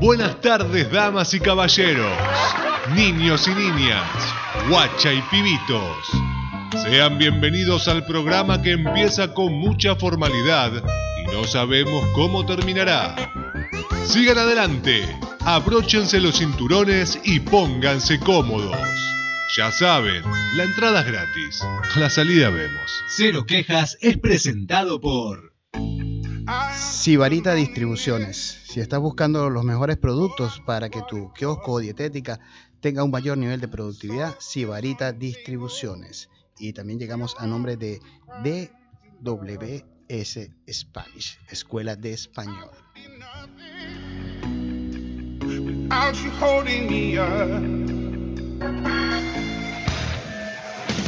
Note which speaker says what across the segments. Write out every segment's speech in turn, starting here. Speaker 1: Buenas tardes, damas y caballeros, niños y niñas, guacha y pibitos. Sean bienvenidos al programa que empieza con mucha formalidad y no sabemos cómo terminará. Sigan adelante, abróchense los cinturones y pónganse cómodos. Ya saben, la entrada es gratis, la salida vemos.
Speaker 2: Cero Quejas es presentado por
Speaker 3: Sibarita Distribuciones. Si estás buscando los mejores productos para que tu kiosco o dietética tenga un mayor nivel de productividad, Sibarita Distribuciones. Y también llegamos a nombre de DWS Spanish, Escuela de Español.
Speaker 4: Without you holding me up.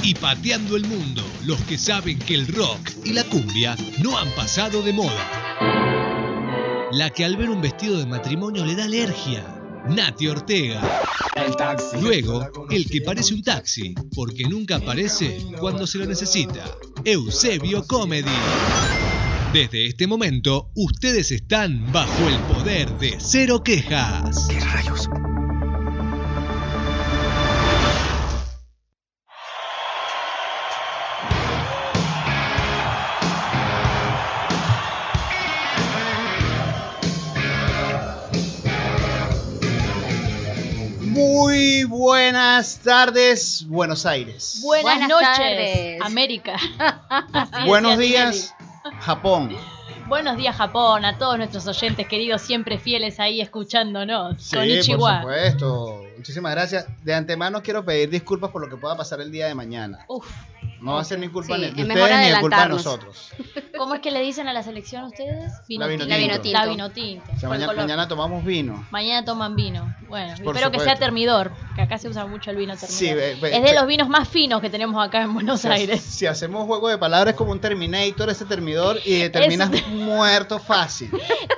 Speaker 2: Y Pateando el Mundo, los que saben que el rock y la cumbia no han pasado de moda. La que al ver un vestido de matrimonio le da alergia, Nati Ortega. Luego, el que parece un taxi, porque nunca aparece cuando se lo necesita, Eusebio Comedy. Desde este momento, ustedes están bajo el poder de Cero Quejas.
Speaker 3: Muy buenas tardes, Buenos Aires.
Speaker 5: Buenas,
Speaker 6: Buenas
Speaker 5: noches,
Speaker 6: tardes.
Speaker 5: América. Así
Speaker 3: Buenos
Speaker 5: decía
Speaker 3: días, Japón.
Speaker 5: Tinelli. Buenos días, Japón. A todos nuestros oyentes queridos, siempre fieles ahí escuchándonos.
Speaker 3: Sí,
Speaker 5: Con
Speaker 3: por supuesto. Muchísimas gracias. De antemano quiero pedir disculpas por lo que pueda pasar el día de mañana.
Speaker 5: Uf,
Speaker 3: No va a ser ni culpa ni
Speaker 6: Sí,
Speaker 3: de
Speaker 6: es
Speaker 3: ustedes
Speaker 6: mejor
Speaker 3: ni de culpa de
Speaker 6: adelantarnos.
Speaker 3: nosotros.
Speaker 5: ¿cómo es que le dicen a la selección ustedes?
Speaker 3: vinotinto.
Speaker 6: La vinotinto.
Speaker 5: La vinotinto.
Speaker 3: O sea,
Speaker 5: Por
Speaker 3: maña-
Speaker 5: color.
Speaker 3: mañana tomamos vino.
Speaker 5: Mañana toman vino. Bueno, espero
Speaker 3: Por
Speaker 5: que
Speaker 3: supuesto.
Speaker 5: sea termidor, que acá se usa mucho el vino termidor.
Speaker 3: Sí, ve- ve-
Speaker 5: es de
Speaker 3: ve-
Speaker 5: los vinos más finos que tenemos acá en Buenos
Speaker 3: Si ha-
Speaker 5: Aires.
Speaker 3: Si hacemos juego de palabras es como un Terminator, ese Terminador, y terminas muerto fácil.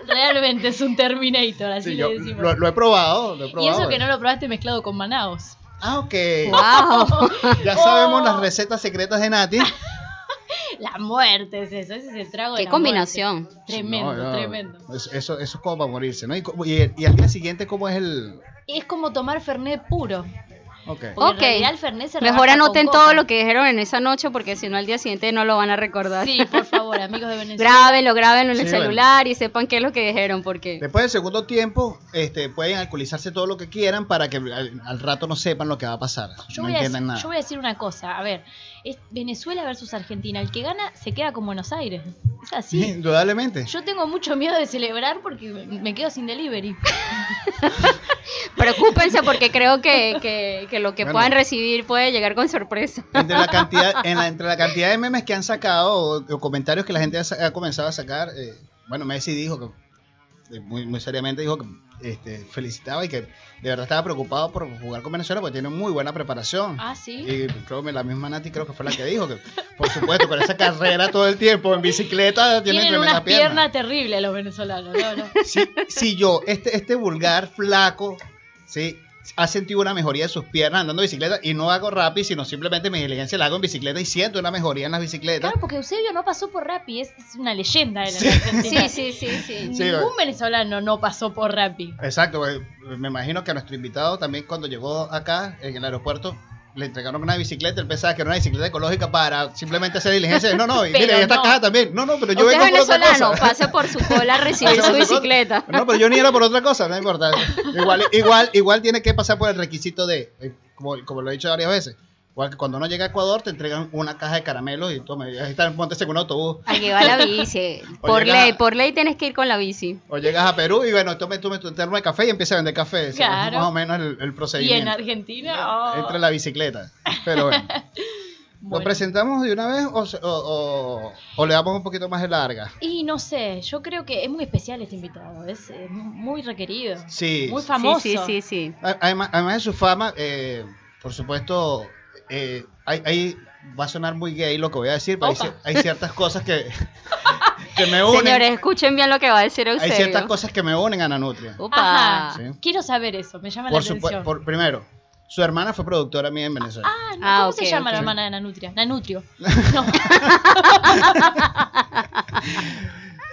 Speaker 5: Realmente es un Terminator,
Speaker 3: Sí,
Speaker 5: así le
Speaker 3: yo
Speaker 5: decimos.
Speaker 3: lo, lo he probado, lo he
Speaker 5: y
Speaker 3: probado.
Speaker 5: eso que no lo probaste mezclado con Manaus.
Speaker 3: Ah, ok.
Speaker 6: Wow.
Speaker 3: Ya
Speaker 5: Oh.
Speaker 3: sabemos las recetas secretas de Nati.
Speaker 5: La muerte es eso, ese es el trago de
Speaker 6: Qué
Speaker 5: la
Speaker 6: combinación.
Speaker 5: muerte. Tremendo,
Speaker 3: No, no,
Speaker 5: tremendo.
Speaker 3: Eso, eso, eso es como para morirse, ¿no? Y, co- y, el- y al día siguiente, ¿cómo es el...?
Speaker 5: Es como tomar Fernet puro.
Speaker 3: Ok.
Speaker 5: Porque
Speaker 6: Ok.
Speaker 5: en realidad el Fernet se
Speaker 6: Mejor
Speaker 5: rebaja con
Speaker 6: anoten
Speaker 5: coca.
Speaker 6: todo lo que dijeron en esa noche porque si no al día siguiente no lo van a recordar.
Speaker 5: Sí, por favor, amigos de Venezuela.
Speaker 6: Grábenlo, grábenlo en el
Speaker 3: Sí, bueno.
Speaker 6: celular y sepan qué es lo que dijeron porque
Speaker 3: Después del segundo tiempo, este, pueden alcoholizarse todo lo que quieran para que al, al rato no sepan lo que va a pasar.
Speaker 5: Yo,
Speaker 3: no
Speaker 5: voy a,
Speaker 3: entiendan
Speaker 5: decir-
Speaker 3: nada.
Speaker 5: yo voy a decir una cosa. A ver, es Venezuela versus Argentina. El que gana se queda con Buenos Aires. Es así.
Speaker 3: Indudablemente.
Speaker 5: Yo tengo mucho miedo de celebrar porque me quedo sin delivery.
Speaker 6: preocúpense porque creo que, que- que lo que
Speaker 3: Bueno.
Speaker 6: puedan recibir puede llegar con sorpresa.
Speaker 3: Entre la, cantidad, en la- entre la cantidad de memes que han sacado o, o comentarios que la gente ha, sa- ha comenzado a sacar, eh, bueno, Messi dijo que, eh, muy, muy seriamente dijo que este, felicitaba y que de verdad estaba preocupado por jugar con Venezuela porque tiene muy buena preparación.
Speaker 5: Ah, sí.
Speaker 3: Y creo que la misma Nati creo que fue la que dijo que, por supuesto, con esa carrera todo el tiempo en bicicleta tiene
Speaker 5: Tienen
Speaker 3: tremenda
Speaker 5: unas
Speaker 3: pierna.
Speaker 5: piernas terribles los venezolanos. no, no.
Speaker 3: si, si yo, este, este vulgar, flaco, ¿sí? ha sentido una mejoría de sus piernas andando en bicicleta y no hago rápido, sino simplemente mi diligencia la hago en bicicleta y siento una mejoría en las bicicletas.
Speaker 5: Claro, porque Eusebio no pasó por Rappi. Es, es una leyenda de la Argentina.
Speaker 6: Sí, sí, sí, sí.
Speaker 3: Sí,
Speaker 5: Ningún venezolano no pasó por Rappi.
Speaker 3: Exacto, eh, me imagino que a nuestro invitado también cuando llegó acá en el aeropuerto le entregaron una bicicleta, él pensaba que era una bicicleta ecológica para simplemente hacer diligencia. No, no, y
Speaker 5: Pero
Speaker 3: mire, y esta
Speaker 5: no.
Speaker 3: caja también. No, no, pero yo
Speaker 6: Usted es
Speaker 3: vengo por otra
Speaker 6: venezolano,
Speaker 3: cosa.
Speaker 6: pase por su cola a recibir
Speaker 3: Pase
Speaker 6: su
Speaker 3: por su cola.
Speaker 6: bicicleta.
Speaker 3: No, pero yo ni era por otra cosa, no importa. Igual, igual, igual tiene que pasar por el requisito de, eh, como, como lo he dicho varias veces, igual que cuando uno llega a Ecuador te entregan una caja de caramelos y toma, ahí está, póntese con un autobús.
Speaker 6: Aquí va la bici. Por
Speaker 3: llega-
Speaker 6: ley, por ley tienes que ir con la bici.
Speaker 3: O llegas a Perú y bueno, tome, tome tu termo de café y empieza a vender café. Ese
Speaker 5: Claro.
Speaker 3: Es más o menos el, el
Speaker 5: Y en
Speaker 3: procedimiento.
Speaker 5: Argentina. oh,
Speaker 3: Entre la bicicleta. Pero bueno, ¿lo
Speaker 5: bueno.
Speaker 3: presentamos de una vez o, se- o- o- o le damos un poquito más de larga?
Speaker 5: Y no sé, yo creo que es muy especial este invitado, es eh, muy requerido,
Speaker 3: Sí.
Speaker 5: muy famoso.
Speaker 6: Sí, sí, sí, sí.
Speaker 3: A- Además, además de su fama, eh, por supuesto, eh, hay, hay- va a sonar muy gay lo que voy a decir, pero hay,
Speaker 5: Opa.
Speaker 3: cier- hay ciertas cosas que, que me unen.
Speaker 6: Señores, escuchen bien lo que va a decir
Speaker 3: hay
Speaker 6: Eusebio.
Speaker 3: ciertas cosas que me unen a Nanutria.
Speaker 6: Opa.
Speaker 5: Ajá,
Speaker 3: Sí.
Speaker 5: quiero saber eso, me llama
Speaker 3: Por,
Speaker 5: la
Speaker 3: supue-
Speaker 5: atención.
Speaker 3: por- primero, su hermana fue productora mía en Venezuela.
Speaker 5: Ah, no,
Speaker 6: Ah,
Speaker 5: ¿Cómo
Speaker 6: ok,
Speaker 5: se llama
Speaker 6: ok.
Speaker 5: la hermana de Nanutria? Nanutrio.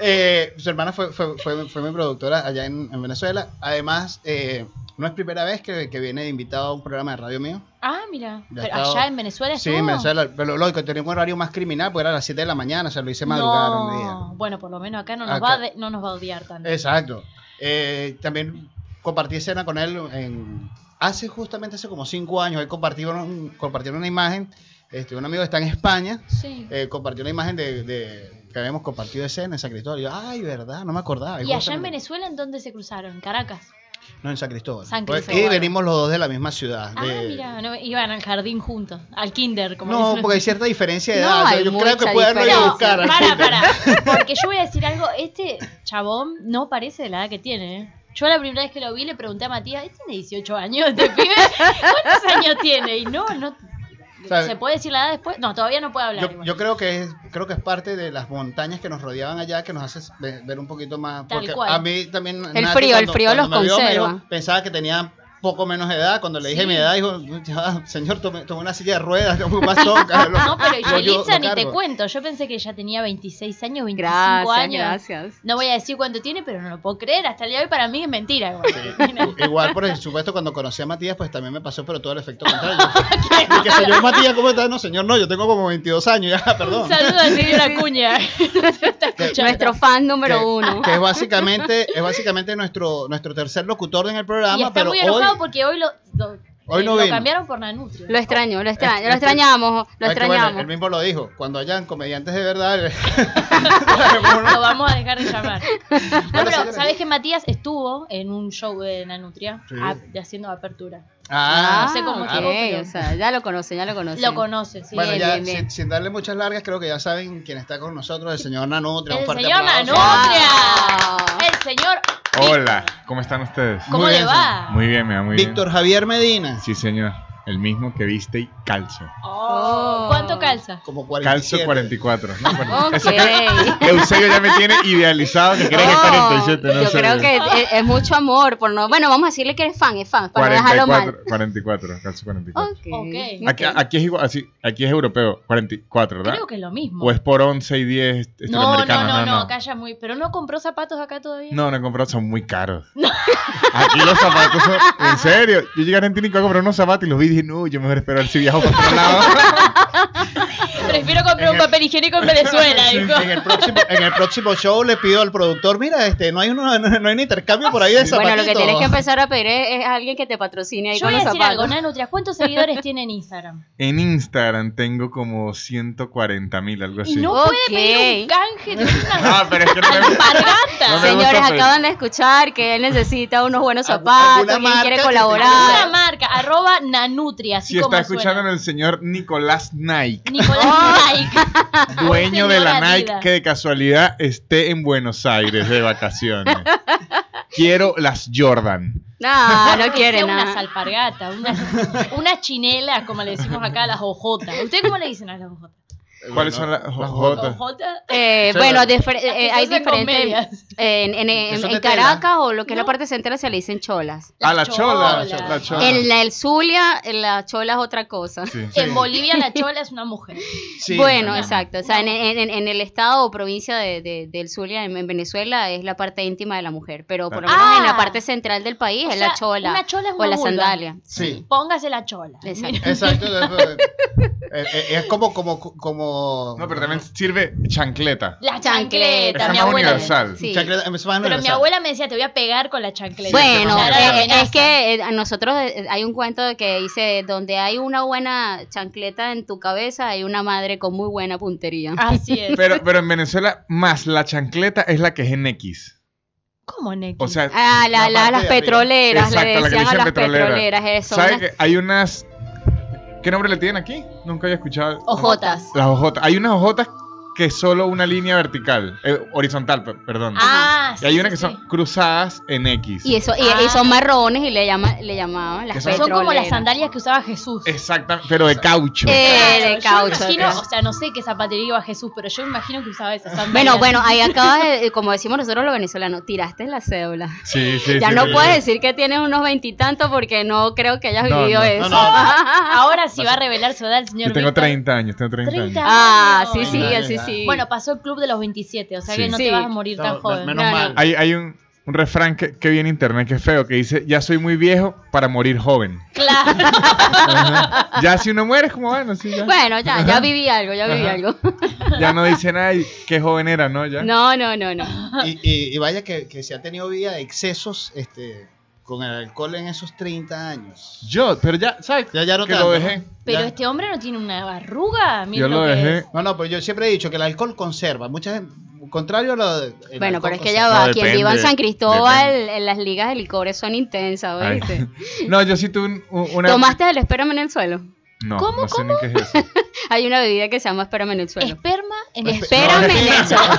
Speaker 3: Eh, su hermana fue, fue, fue- fue mi productora allá en, en Venezuela. Además, eh, no es primera vez que, que viene invitado a un programa de radio mío.
Speaker 5: Ah, mira.
Speaker 3: Ya
Speaker 5: Pero
Speaker 3: estaba-
Speaker 5: allá en Venezuela
Speaker 3: Sí,
Speaker 5: estuvo?
Speaker 3: en Venezuela. Pero lógico, tenía un horario más criminal, porque era a las 7 de la mañana, o sea, lo hice madrugar un día.
Speaker 5: No. Bueno, por lo menos acá no nos,
Speaker 3: Acá-
Speaker 5: Va, a de- no nos va a odiar tanto.
Speaker 3: Exacto. Eh, también compartí escena con él en, hace justamente hace como cinco años. Él compartió, un- compartieron una imagen. Este, un amigo que está en España
Speaker 5: Sí.
Speaker 3: eh, compartió una imagen de, de- que habíamos compartido escena en San Cristóbal. Y yo, ay, verdad, no me acordaba.
Speaker 5: ¿Y allá en
Speaker 3: justamente-
Speaker 5: Venezuela en dónde se cruzaron? Caracas.
Speaker 3: No, en San Cristóbal.
Speaker 5: San
Speaker 3: Pues-
Speaker 5: Cristóbal.
Speaker 3: Y venimos los dos de la misma ciudad.
Speaker 5: Ah,
Speaker 3: de-
Speaker 5: mira, no, iban al jardín juntos, al kinder, como
Speaker 3: Eh, no,
Speaker 5: dicen.
Speaker 3: porque hay cierta diferencia de
Speaker 6: No,
Speaker 3: edad. o sea,
Speaker 6: hay
Speaker 3: yo creo que
Speaker 6: mucha
Speaker 3: puede haberlo ido a
Speaker 5: No,
Speaker 3: buscar. al
Speaker 5: para,
Speaker 3: kinder.
Speaker 5: para, porque yo voy a decir algo, este chabón no parece de la edad que tiene, ¿eh? Yo la primera vez que lo vi le pregunté a Matías, ¿este tiene 18 años este pibe? ¿Cuántos años tiene? Y no, no...
Speaker 3: ¿Sabe?
Speaker 5: ¿Se puede decir la edad después? No, todavía no puedo hablar.
Speaker 3: Yo,
Speaker 5: igual.
Speaker 3: yo creo que es, creo que es parte de las montañas que nos rodeaban allá que nos hace ve- ver un poquito más.
Speaker 5: Tal
Speaker 3: Porque
Speaker 5: cual.
Speaker 3: a mí también.
Speaker 6: El frío, el frío los
Speaker 3: me vio, me dijo-
Speaker 6: conserva.
Speaker 3: pensaba que tenía poco menos de edad. Cuando le dije
Speaker 5: Sí.
Speaker 3: mi edad, dijo, "Ya, señor, tome, tome una silla de ruedas, no más toca.
Speaker 5: No, pero
Speaker 3: Yo- yo
Speaker 5: Yelitza
Speaker 3: lo
Speaker 5: ni te
Speaker 3: cargo.
Speaker 5: cuento, yo pensé que ya tenía 26 años, 25
Speaker 6: Gracias,
Speaker 5: años.
Speaker 6: gracias.
Speaker 5: No voy a decir cuánto tiene, pero no lo puedo creer, hasta el día de hoy para mí es mentira. igual.
Speaker 3: Igual, por supuesto, cuando conocí a Matías, pues también me pasó, pero todo el efecto contrario. Y que, señor Matías, ¿cómo estás? No, señor, no, yo tengo como 22 años, ya, perdón.
Speaker 5: Un saludo a Silvio Acuña.
Speaker 3: escuchando.
Speaker 6: Nuestro fan
Speaker 3: que-
Speaker 6: número uno.
Speaker 3: Que es básicamente, es básicamente nuestro, nuestro tercer locutor en el programa.
Speaker 5: Y está
Speaker 3: pero
Speaker 5: muy enojado
Speaker 3: hoy,
Speaker 5: porque hoy lo, lo-
Speaker 3: hoy
Speaker 5: eh,
Speaker 3: no
Speaker 5: lo
Speaker 3: vino.
Speaker 5: cambiaron por Nanutria.
Speaker 6: Lo extraño, lo extraño, lo
Speaker 3: Este-
Speaker 6: extrañamos, lo
Speaker 3: Ah, que bueno,
Speaker 6: extrañamos.
Speaker 3: él mismo lo dijo. Cuando hayan comediantes de verdad.
Speaker 5: Lo vamos a dejar de llamar. No,
Speaker 3: Bueno,
Speaker 5: pero
Speaker 3: señora.
Speaker 5: sabes que Matías estuvo en un show de Nanutria
Speaker 3: Sí.
Speaker 5: a- de haciendo apertura.
Speaker 3: Ah,
Speaker 5: no sé cómo
Speaker 6: ok,
Speaker 5: llegó, pero-
Speaker 6: o sea, ya lo conocen, ya lo conocen.
Speaker 5: Lo conoce, sí.
Speaker 3: bueno,
Speaker 6: bien,
Speaker 3: ya
Speaker 6: bien, bien.
Speaker 3: Sin, sin darle muchas largas, creo que ya saben quién está con nosotros, el señor Nanutria.
Speaker 5: el
Speaker 3: un fuerte
Speaker 5: señor
Speaker 3: aplauso.
Speaker 6: Wow.
Speaker 5: Nanutria. El señor.
Speaker 7: Hola, ¿cómo están ustedes?
Speaker 5: ¿Cómo
Speaker 3: Muy
Speaker 5: le
Speaker 3: bien,
Speaker 5: va?
Speaker 7: Muy bien, me va muy
Speaker 3: Víctor Javier Medina.
Speaker 7: bien. Sí, señor. El mismo que viste y calzo.
Speaker 5: Oh,
Speaker 6: Oh.
Speaker 5: ¿Cuánto calza?
Speaker 3: Como 47.
Speaker 7: Calzo 44. ¿no? Bueno,
Speaker 6: Ok.
Speaker 7: eso que Eusebio ya me tiene idealizado que cree que es
Speaker 6: No,
Speaker 7: 47. No
Speaker 6: Oh, yo
Speaker 7: sé.
Speaker 6: creo que es, es mucho amor por no. Bueno, vamos a decirle que eres fan, es fan, para no dejarlo mal.
Speaker 7: 44, 44, calzo 44.
Speaker 6: Ok.
Speaker 5: Ok.
Speaker 7: Aquí, aquí es igual, así, aquí es europeo, 44, ¿verdad? Pues,
Speaker 5: Creo que es lo mismo.
Speaker 7: O es por 11 y 10
Speaker 5: no, no,
Speaker 7: esteroamericanos.
Speaker 5: no, no, calla muy. Pero no compró zapatos acá todavía.
Speaker 7: No, no he comprado, son muy caros. Aquí los zapatos son. En serio, yo llegué a Argentina y iba a comprar unos zapatos y los vi y dije, no, yo mejor esperar si viajo para otro lado.
Speaker 5: Prefiero comprar un papel higiénico en Venezuela. dijo.
Speaker 3: En el, próximo, en el próximo show le pido al productor, mira, este, no hay uno, no, hay un intercambio por ahí de zapatitos.
Speaker 6: Bueno, lo que tienes que empezar a pedir es, es alguien que te patrocine ahí
Speaker 5: Yo
Speaker 6: con
Speaker 5: voy a
Speaker 6: los
Speaker 5: decir algo,
Speaker 6: zapatos.
Speaker 5: Nanutria. ¿Cuántos seguidores tiene en Instagram?
Speaker 7: En Instagram tengo como 140 mil, algo
Speaker 5: Y
Speaker 7: así.
Speaker 5: no
Speaker 7: No,
Speaker 5: puede pedir un
Speaker 6: Ok.
Speaker 5: canje de una
Speaker 7: Ah, pero es que no me
Speaker 5: garganta.
Speaker 7: No me gusta
Speaker 6: Señores,
Speaker 7: pedir.
Speaker 6: acaban de escuchar que él necesita unos buenos
Speaker 3: Algu-
Speaker 6: zapatos,
Speaker 3: alguna
Speaker 6: quien
Speaker 3: marca que
Speaker 6: quiere
Speaker 3: te-
Speaker 5: Una
Speaker 6: colaborar.
Speaker 5: marca, arroba nanutria, así
Speaker 7: Si
Speaker 5: como
Speaker 7: está escuchando
Speaker 5: suena.
Speaker 7: el señor Nicolás Nike,
Speaker 5: Nicolás
Speaker 6: Oh.
Speaker 5: Nike.
Speaker 7: dueño de la
Speaker 5: Señora
Speaker 7: Nike
Speaker 5: Adidas.
Speaker 7: que de casualidad esté en Buenos Aires de vacaciones. Quiero las Jordan.
Speaker 6: Ah, No, no
Speaker 5: Aunque
Speaker 6: quiere
Speaker 5: sea Unas
Speaker 6: nada.
Speaker 5: alpargatas, unas, unas chinelas, como le decimos acá, las ojotas. ¿Usted cómo le dicen a las ojotas?
Speaker 7: ¿Cuáles son las Jotas?
Speaker 5: ¿Ojotas?
Speaker 6: Eh,
Speaker 3: Sí,
Speaker 6: bueno,
Speaker 3: las-
Speaker 6: difer- eh, hay
Speaker 5: Las que se hacen con medias.
Speaker 6: diferentes. En, en, en-
Speaker 3: son
Speaker 6: en
Speaker 3: de tela.
Speaker 6: Caracas o lo que es
Speaker 5: No.
Speaker 6: la parte central se le dicen cholas.
Speaker 7: Ah, la chola.
Speaker 5: cholas.
Speaker 7: La chola.
Speaker 6: En la- el Zulia, en la chola es otra cosa.
Speaker 7: Ah. Sí.
Speaker 5: En Bolivia la chola es una mujer.
Speaker 3: Sí.
Speaker 6: bueno, exacto. O sea, en, en- en el estado o provincia de, de- del Zulia, en, en Venezuela, es la parte íntima de la mujer. Pero por lo menos
Speaker 5: Ah.
Speaker 6: en la parte central del país
Speaker 5: O
Speaker 6: es
Speaker 5: sea,
Speaker 6: la chola.
Speaker 5: una chola es
Speaker 6: o
Speaker 5: una
Speaker 6: la
Speaker 5: vulva.
Speaker 6: sandalia.
Speaker 3: Sí.
Speaker 5: Póngase la chola.
Speaker 6: Exacto.
Speaker 3: Exacto. eh, eh, Es como, como, como.
Speaker 7: No, pero también
Speaker 6: Ah.
Speaker 7: sirve chancleta.
Speaker 5: La
Speaker 6: Chancleta.
Speaker 5: chancleta,
Speaker 7: Está
Speaker 5: mi
Speaker 7: más
Speaker 5: abuela.
Speaker 7: universal.
Speaker 6: Sí.
Speaker 3: Chancleta, eh, se llama
Speaker 5: Pero mi
Speaker 3: universal.
Speaker 5: abuela me decía, te voy a pegar con la chancleta.
Speaker 6: Bueno,
Speaker 5: Era la
Speaker 6: eh,
Speaker 5: amenaza.
Speaker 6: es que eh, a nosotros eh, hay un cuento de que dice, donde hay una buena chancleta en tu cabeza, hay una madre con muy buena puntería.
Speaker 7: Ah,
Speaker 5: Así es.
Speaker 7: Pero, pero en Venezuela, más la chancleta es la que es en X.
Speaker 5: ¿Cómo, Neki?
Speaker 7: O sea,
Speaker 6: Ah, la-
Speaker 3: La parte
Speaker 6: la- las
Speaker 3: de arriba.
Speaker 6: petroleras,
Speaker 7: Exacto, la
Speaker 6: le
Speaker 7: que le
Speaker 6: decían a
Speaker 7: dicen
Speaker 6: las
Speaker 7: petrolera.
Speaker 6: petroleras, eso.
Speaker 7: ¿sabe
Speaker 6: unas
Speaker 7: que hay unas. ¿Qué nombre le tienen aquí? Nunca había escuchado.
Speaker 6: Ojotas.
Speaker 7: Las ojotas. Hay unas ojotas que es solo una línea vertical, eh, horizontal, pe- perdón.
Speaker 5: ah,
Speaker 7: y hay
Speaker 5: sí,
Speaker 7: unas
Speaker 5: sí,
Speaker 7: que
Speaker 5: sí.
Speaker 7: son cruzadas en X.
Speaker 6: Y, eso, y,
Speaker 5: Ah.
Speaker 6: y son marrones y le, llama, le llamaban las
Speaker 7: Que
Speaker 5: Son como las
Speaker 6: petroleras.
Speaker 5: sandalias que usaba Jesús.
Speaker 7: Exactamente, pero de caucho.
Speaker 6: Eh, de
Speaker 5: Claro,
Speaker 6: caucho.
Speaker 5: Yo me imagino,
Speaker 6: acá.
Speaker 5: o sea, no sé qué zapatería iba Jesús, pero yo me imagino que usaba esas sandalias.
Speaker 6: Bueno, bueno, ahí acabas de, como decimos nosotros los venezolanos, tiraste la cédula.
Speaker 7: sí, sí,
Speaker 6: ya
Speaker 7: sí,
Speaker 6: no
Speaker 7: sí,
Speaker 6: puedes
Speaker 7: sí.
Speaker 6: decir que tienes unos veintitantos porque no creo que hayas
Speaker 7: No,
Speaker 6: vivido
Speaker 7: no, no,
Speaker 6: eso.
Speaker 3: no.
Speaker 5: Ah, Ahora sí va a revelar su edad el señor.
Speaker 7: Yo tengo
Speaker 5: Víctor.
Speaker 7: 30 años, tengo 30, años.
Speaker 5: 30.
Speaker 6: Ah, sí,
Speaker 5: Ay,
Speaker 6: sí,
Speaker 3: no,
Speaker 6: sí,
Speaker 3: no,
Speaker 6: sí.
Speaker 5: Bueno, pasó el club de los 27, o sea que
Speaker 7: Sí.
Speaker 5: no
Speaker 6: Sí.
Speaker 5: te vas a morir
Speaker 3: No,
Speaker 5: tan
Speaker 3: me-
Speaker 5: joven.
Speaker 3: menos
Speaker 6: No, no.
Speaker 3: mal.
Speaker 7: Hay, hay un, un refrán que, que viene en internet que es feo, que dice, ya soy muy viejo para morir joven.
Speaker 5: Claro.
Speaker 7: Ajá. Ya si uno muere es como, bueno, sí, ya.
Speaker 6: Bueno, ya, ya viví algo, ya viví
Speaker 7: Ajá.
Speaker 6: algo.
Speaker 7: Ya no dicen, ay, qué joven era, ¿no? Ya.
Speaker 6: No, no, no, no.
Speaker 3: Y, y- y vaya que, que se ha tenido vida de excesos este, con el alcohol en esos 30 años.
Speaker 7: Yo, pero ya, ¿sabes?
Speaker 3: Ya, ya no
Speaker 7: que
Speaker 3: tanto,
Speaker 7: lo dejé.
Speaker 5: Pero
Speaker 3: Ya.
Speaker 5: este hombre no tiene una barruga. Mira
Speaker 7: Yo lo
Speaker 5: que
Speaker 7: dejé.
Speaker 5: es.
Speaker 3: No, no, pero yo siempre he dicho que el alcohol conserva. Muchas, contrario a lo de, el
Speaker 6: Bueno,
Speaker 3: alcohol
Speaker 6: pero es que ya
Speaker 3: conserva.
Speaker 6: va.
Speaker 7: No,
Speaker 6: Quien viva en
Speaker 7: depende,
Speaker 6: San Cristóbal,
Speaker 7: depende.
Speaker 6: en las ligas de licores son intensas,
Speaker 7: Ay.
Speaker 6: ¿oíste?
Speaker 7: No, yo sí tuve un- un- una...
Speaker 6: ¿Tomaste el espérame en el suelo?
Speaker 7: No,
Speaker 5: ¿Cómo,
Speaker 7: no sé ni qué es eso.
Speaker 6: Hay una bebida que se llama espérame en el suelo.
Speaker 5: Esperma en el
Speaker 6: Espérame en el suelo.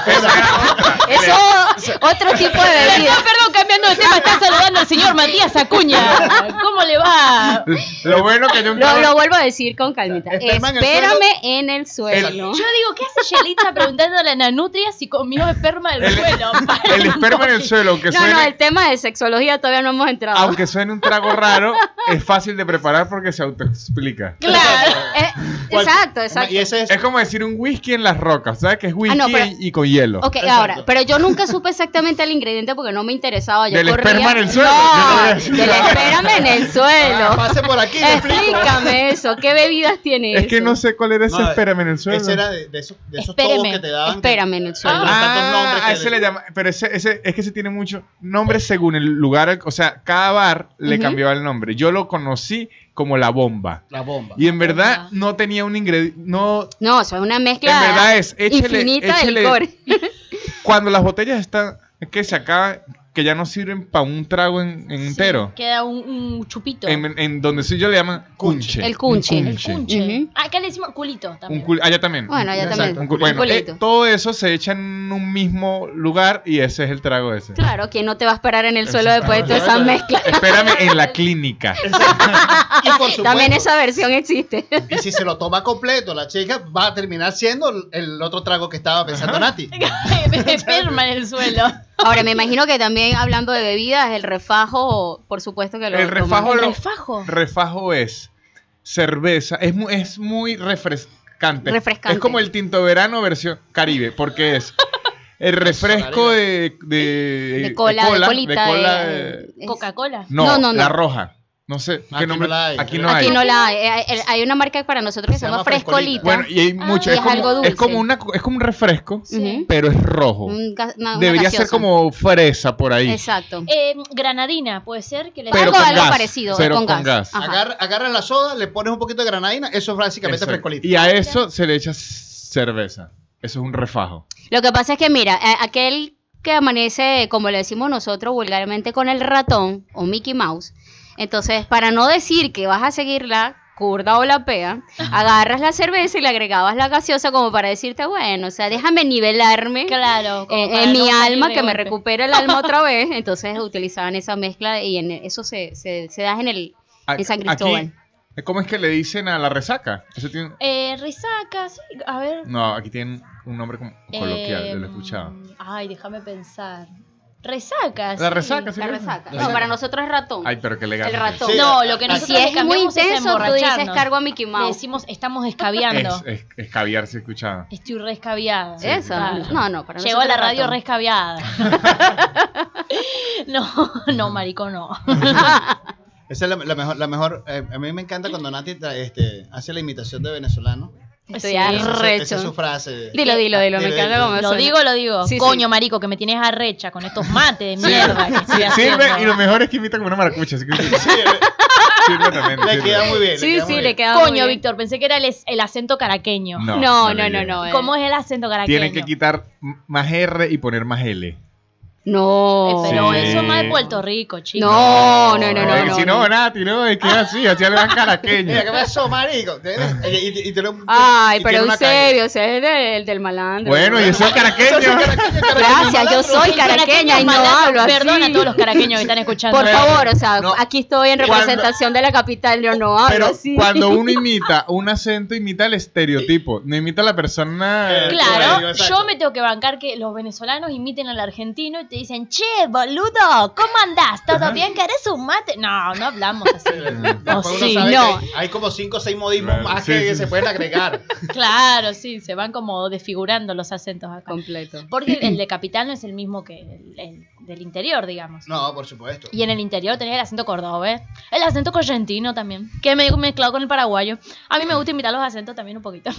Speaker 6: Eso otro tipo de bebida.
Speaker 5: Perdón, perdón, cambiando de tema, está saludando al señor Matías Acuña. Ah, ¿Cómo le va?
Speaker 7: Lo bueno que yo
Speaker 6: Lo, lo vuelvo a decir con calmita.
Speaker 3: Esperma en el
Speaker 6: Espérame en el suelo.
Speaker 5: Yo digo, ¿qué hace Yelitza preguntándole a Nanutria si comió esperma del
Speaker 7: El-
Speaker 5: suelo?
Speaker 7: El esperma en el suelo, aunque
Speaker 6: No,
Speaker 7: suene,
Speaker 6: no, el tema de sexología todavía no hemos entrado.
Speaker 7: aunque suene un trago raro, es fácil de preparar porque se autoexplica.
Speaker 5: Claro.
Speaker 6: Eh,
Speaker 3: ¿Cuál?
Speaker 6: exacto, exacto.
Speaker 3: Y ese es,
Speaker 7: Es como decir un whisky en las rocas, ¿sabes? Que es whisky
Speaker 6: Ah, no, pero-
Speaker 7: y, y con hielo.
Speaker 6: Ok,
Speaker 3: Exacto.
Speaker 6: ahora, pero yo nunca supe exactamente el ingrediente porque no me interesaba. Yo
Speaker 7: Del
Speaker 6: corría-
Speaker 7: esperma en el suelo, yo no voy a
Speaker 6: No,
Speaker 7: decir
Speaker 6: del
Speaker 7: nada.
Speaker 6: espérame en el
Speaker 3: Ah,
Speaker 6: suelo.
Speaker 3: pase por aquí, le explico.
Speaker 6: Explícame eso. ¿Qué bebidas tiene
Speaker 7: Es que
Speaker 6: eso?
Speaker 7: no sé cuál era ese
Speaker 3: No,
Speaker 7: espérame en el suelo.
Speaker 3: Ese era de, de esos, de esos
Speaker 5: Espéreme,
Speaker 3: tobos que te daban. que-
Speaker 6: Espérame en el suelo.
Speaker 3: Ah. tantos
Speaker 7: Ah,
Speaker 3: nombres que
Speaker 7: a ese
Speaker 3: le-
Speaker 7: le llama, pero ese, ese, es que ese tiene muchos nombres según el lugar, al- o sea, cada bar le
Speaker 6: Ujú.
Speaker 7: cambiaba el nombre. Yo lo conocí como la bomba.
Speaker 3: La bomba.
Speaker 6: Ah,
Speaker 7: Y en verdad no tenía un ingrediente, no
Speaker 6: No, eso es una mezcla
Speaker 7: En verdad es, échele-
Speaker 6: infinita
Speaker 7: échele-
Speaker 6: de licor.
Speaker 7: Cuando las botellas están que se acaban, que ya no sirven para un trago en- en entero.
Speaker 5: Queda un, un chupito.
Speaker 7: en, en donde soy yo le llaman cunche.
Speaker 6: El cunche.
Speaker 7: Un
Speaker 5: El cunche.
Speaker 6: Ujú.
Speaker 5: Acá le decimos culito
Speaker 7: Un
Speaker 5: también.
Speaker 7: cul- allá también.
Speaker 6: Bueno, allá
Speaker 7: Exacto,
Speaker 6: también.
Speaker 7: un cul-
Speaker 6: Un
Speaker 7: bueno,
Speaker 6: culito.
Speaker 7: eh, todo eso se echa en un mismo lugar y ese es el trago ese.
Speaker 6: Claro, ¿quién no te va a esperar en el suelo después de toda esa mezcla?
Speaker 7: Espérame en la clínica.
Speaker 3: Y por supuesto,
Speaker 6: También esa versión existe.
Speaker 3: y si se lo toma completo, la chica va a terminar siendo el- el otro trago que estaba pensando Nati.
Speaker 5: esperma en el suelo.
Speaker 6: Ahora, me imagino que también hablando de bebidas, el refajo, por supuesto que lo
Speaker 7: El refajo
Speaker 6: tomamos.
Speaker 7: lo-
Speaker 5: Refajo.
Speaker 7: Refajo es cerveza, es muy, es muy refrescante.
Speaker 6: Refrescante.
Speaker 7: Es como el tinto verano versión Caribe, porque es el refresco de, de,
Speaker 6: de cola, de, colita,
Speaker 7: de cola,
Speaker 6: de-
Speaker 7: eh,
Speaker 6: es-
Speaker 5: Coca-Cola.
Speaker 7: No,
Speaker 6: No, no, no.
Speaker 7: la roja. No sé,
Speaker 3: Aquí
Speaker 7: qué
Speaker 3: no
Speaker 7: nombre-
Speaker 3: la hay.
Speaker 7: Aquí no
Speaker 6: Aquí
Speaker 7: hay.
Speaker 6: no la hay. Hay- hay- hay una marca para nosotros que se,
Speaker 3: Se llama
Speaker 6: llama Frescolita.
Speaker 3: Frescolita.
Speaker 7: Bueno, y hay mucho.
Speaker 5: Ah,
Speaker 7: es,
Speaker 5: es
Speaker 7: como,
Speaker 5: algo
Speaker 7: es
Speaker 6: dulce. Mm.
Speaker 7: como una, es como un refresco,
Speaker 6: Ujú.
Speaker 7: pero es rojo.
Speaker 6: Un ga- Ah, una- una
Speaker 7: Debería ser
Speaker 6: gaseosa.
Speaker 7: como fresa por ahí.
Speaker 6: Exacto.
Speaker 5: Eh, granadina, puede ser que le
Speaker 7: Pero
Speaker 6: algo
Speaker 7: con
Speaker 6: algo
Speaker 7: gas,
Speaker 6: parecido,
Speaker 7: pero
Speaker 6: con,
Speaker 7: con
Speaker 6: gas.
Speaker 7: gas.
Speaker 6: Ajá.
Speaker 3: Agarra, agarra la soda, le pones un poquito de granadina, eso es básicamente
Speaker 7: Exacto.
Speaker 3: frescolito.
Speaker 7: Y a eso se le echa cerveza. Eso es un refajo.
Speaker 6: Lo que pasa es que, mira, a- aquel que amanece, como le decimos nosotros vulgarmente, con el ratón o Mickey Mouse, entonces, para no decir que vas a seguir la curda o la pea, agarras la cerveza y le agregabas la gaseosa como para decirte, bueno, o sea, déjame nivelarme
Speaker 5: Claro. como
Speaker 6: eh,
Speaker 5: para no
Speaker 6: en mi
Speaker 5: morir
Speaker 6: alma,
Speaker 5: de
Speaker 6: que me
Speaker 5: golpe.
Speaker 6: recupere el alma otra vez. Entonces utilizaban esa mezcla y en eso se, se, se da en el...
Speaker 7: A-
Speaker 6: En San Cristóbal.
Speaker 7: aquí, ¿Cómo es que le dicen a la resaca? Eso tiene-
Speaker 5: Eh, risaca, sí, a ver.
Speaker 7: no, aquí tienen un nombre como Mm,
Speaker 6: Eh,
Speaker 7: coloquial, yo lo he
Speaker 5: em,
Speaker 7: escuchado.
Speaker 5: Ay, déjame pensar. Resaca.
Speaker 7: La
Speaker 5: sí.
Speaker 7: resaca, sí.
Speaker 6: La
Speaker 7: ¿no?
Speaker 6: resaca.
Speaker 7: La
Speaker 6: No, para nosotros es ratón.
Speaker 7: Ay, pero qué legal.
Speaker 6: El ratón.
Speaker 3: Sí.
Speaker 5: No, lo que
Speaker 6: Y
Speaker 5: nosotros
Speaker 6: si
Speaker 5: le
Speaker 6: es muy
Speaker 5: cambiamos
Speaker 6: intenso, tú dices
Speaker 5: emborracharnos.
Speaker 6: cargo a Mickey
Speaker 5: Le
Speaker 6: Mouse.
Speaker 5: decimos, estamos
Speaker 7: Es,
Speaker 5: escabeando.
Speaker 7: es, es caviar, se escuchaba.
Speaker 5: Estoy rescabeada.
Speaker 7: Sí,
Speaker 6: Eso.
Speaker 5: claro.
Speaker 6: No, no, para
Speaker 5: Llegó a la
Speaker 6: nosotros
Speaker 5: radio
Speaker 6: ratón.
Speaker 5: rescabeada. no, no, marico, no.
Speaker 3: Esa es la, la mejor, la mejor eh, a mí me encanta cuando Nati tra- este, hace la imitación de venezolano.
Speaker 6: Estoy
Speaker 5: Sí.
Speaker 3: Esa es su- esa es su
Speaker 6: arrecho.
Speaker 3: frase.
Speaker 6: Dilo, dilo, dilo. Me
Speaker 3: Dilo,
Speaker 6: encanta
Speaker 3: dilo.
Speaker 6: como
Speaker 5: Lo
Speaker 6: suena.
Speaker 5: digo, lo digo.
Speaker 6: Sí, sí.
Speaker 5: Coño, marico, que me tienes arrecha con estos mates de
Speaker 7: Sí,
Speaker 5: mierda. que estoy
Speaker 7: sí, sirve
Speaker 5: haciendo.
Speaker 7: y lo mejor es que imita como una maracucha. Así que sí,
Speaker 3: Sí, le-
Speaker 7: sirve también.
Speaker 3: le,
Speaker 7: sirve.
Speaker 3: queda muy bien.
Speaker 6: Sí,
Speaker 3: queda muy
Speaker 6: sí, le
Speaker 3: bien.
Speaker 6: queda muy
Speaker 5: Coño,
Speaker 6: bien.
Speaker 5: Víctor, pensé que era el, el acento caraqueño.
Speaker 7: No,
Speaker 6: No,
Speaker 7: le
Speaker 6: no, no,
Speaker 7: llega.
Speaker 6: no. eh.
Speaker 5: ¿Cómo es el acento caraqueño?
Speaker 7: Tienen que quitar m- más R y poner más L.
Speaker 5: Eh,
Speaker 6: No.
Speaker 5: Pero
Speaker 7: Sí.
Speaker 5: eso no es Puerto Rico, chicos.
Speaker 6: No, no, no,
Speaker 7: Eh,
Speaker 6: no.
Speaker 7: que
Speaker 6: no,
Speaker 7: si no, Nati, no, es que es así, así hablan caraqueño.
Speaker 3: Mira, ¿qué pasó, marico? Y- y- y te lo-
Speaker 6: Ay,
Speaker 3: y tiene
Speaker 6: pero
Speaker 3: una
Speaker 6: Eusebio, ese es del, el del malandro.
Speaker 7: Bueno, yo soy caraqueño.
Speaker 6: Gracias, yo soy caraqueña y no hablo así.
Speaker 5: Perdón a todos los caraqueños que están escuchando.
Speaker 6: Por favor, o sea,
Speaker 7: No.
Speaker 6: aquí estoy en
Speaker 7: Cuando-
Speaker 6: representación de la capital, yo no hablo
Speaker 7: Pero
Speaker 6: así.
Speaker 7: cuando uno imita un acento, imita el estereotipo. No imita a la persona.
Speaker 3: Eh,
Speaker 5: Claro,
Speaker 3: Exacto.
Speaker 5: yo me tengo que bancar que los venezolanos imiten al argentino y te dicen, che, boludo, ¿cómo andás? ¿Todo bien? ¿Querés un mate? No, no hablamos así. No,
Speaker 3: Después uno
Speaker 5: sí,
Speaker 3: sabe que
Speaker 6: Oh, no.
Speaker 3: Hay, hay como 5 o 6 modismos
Speaker 7: Claro,
Speaker 3: más
Speaker 7: sí,
Speaker 3: que
Speaker 7: sí,
Speaker 3: se
Speaker 7: sí.
Speaker 3: pueden agregar.
Speaker 5: Claro, sí, se van como desfigurando los acentos acá.
Speaker 6: completo.
Speaker 5: Porque el de capital no es el mismo que el, el del interior, digamos.
Speaker 3: No, por supuesto.
Speaker 5: Y en el interior tenés el acento cordobés, el acento correntino también, que me mezclado con el paraguayo. A mí me gusta imitar los acentos también un poquito.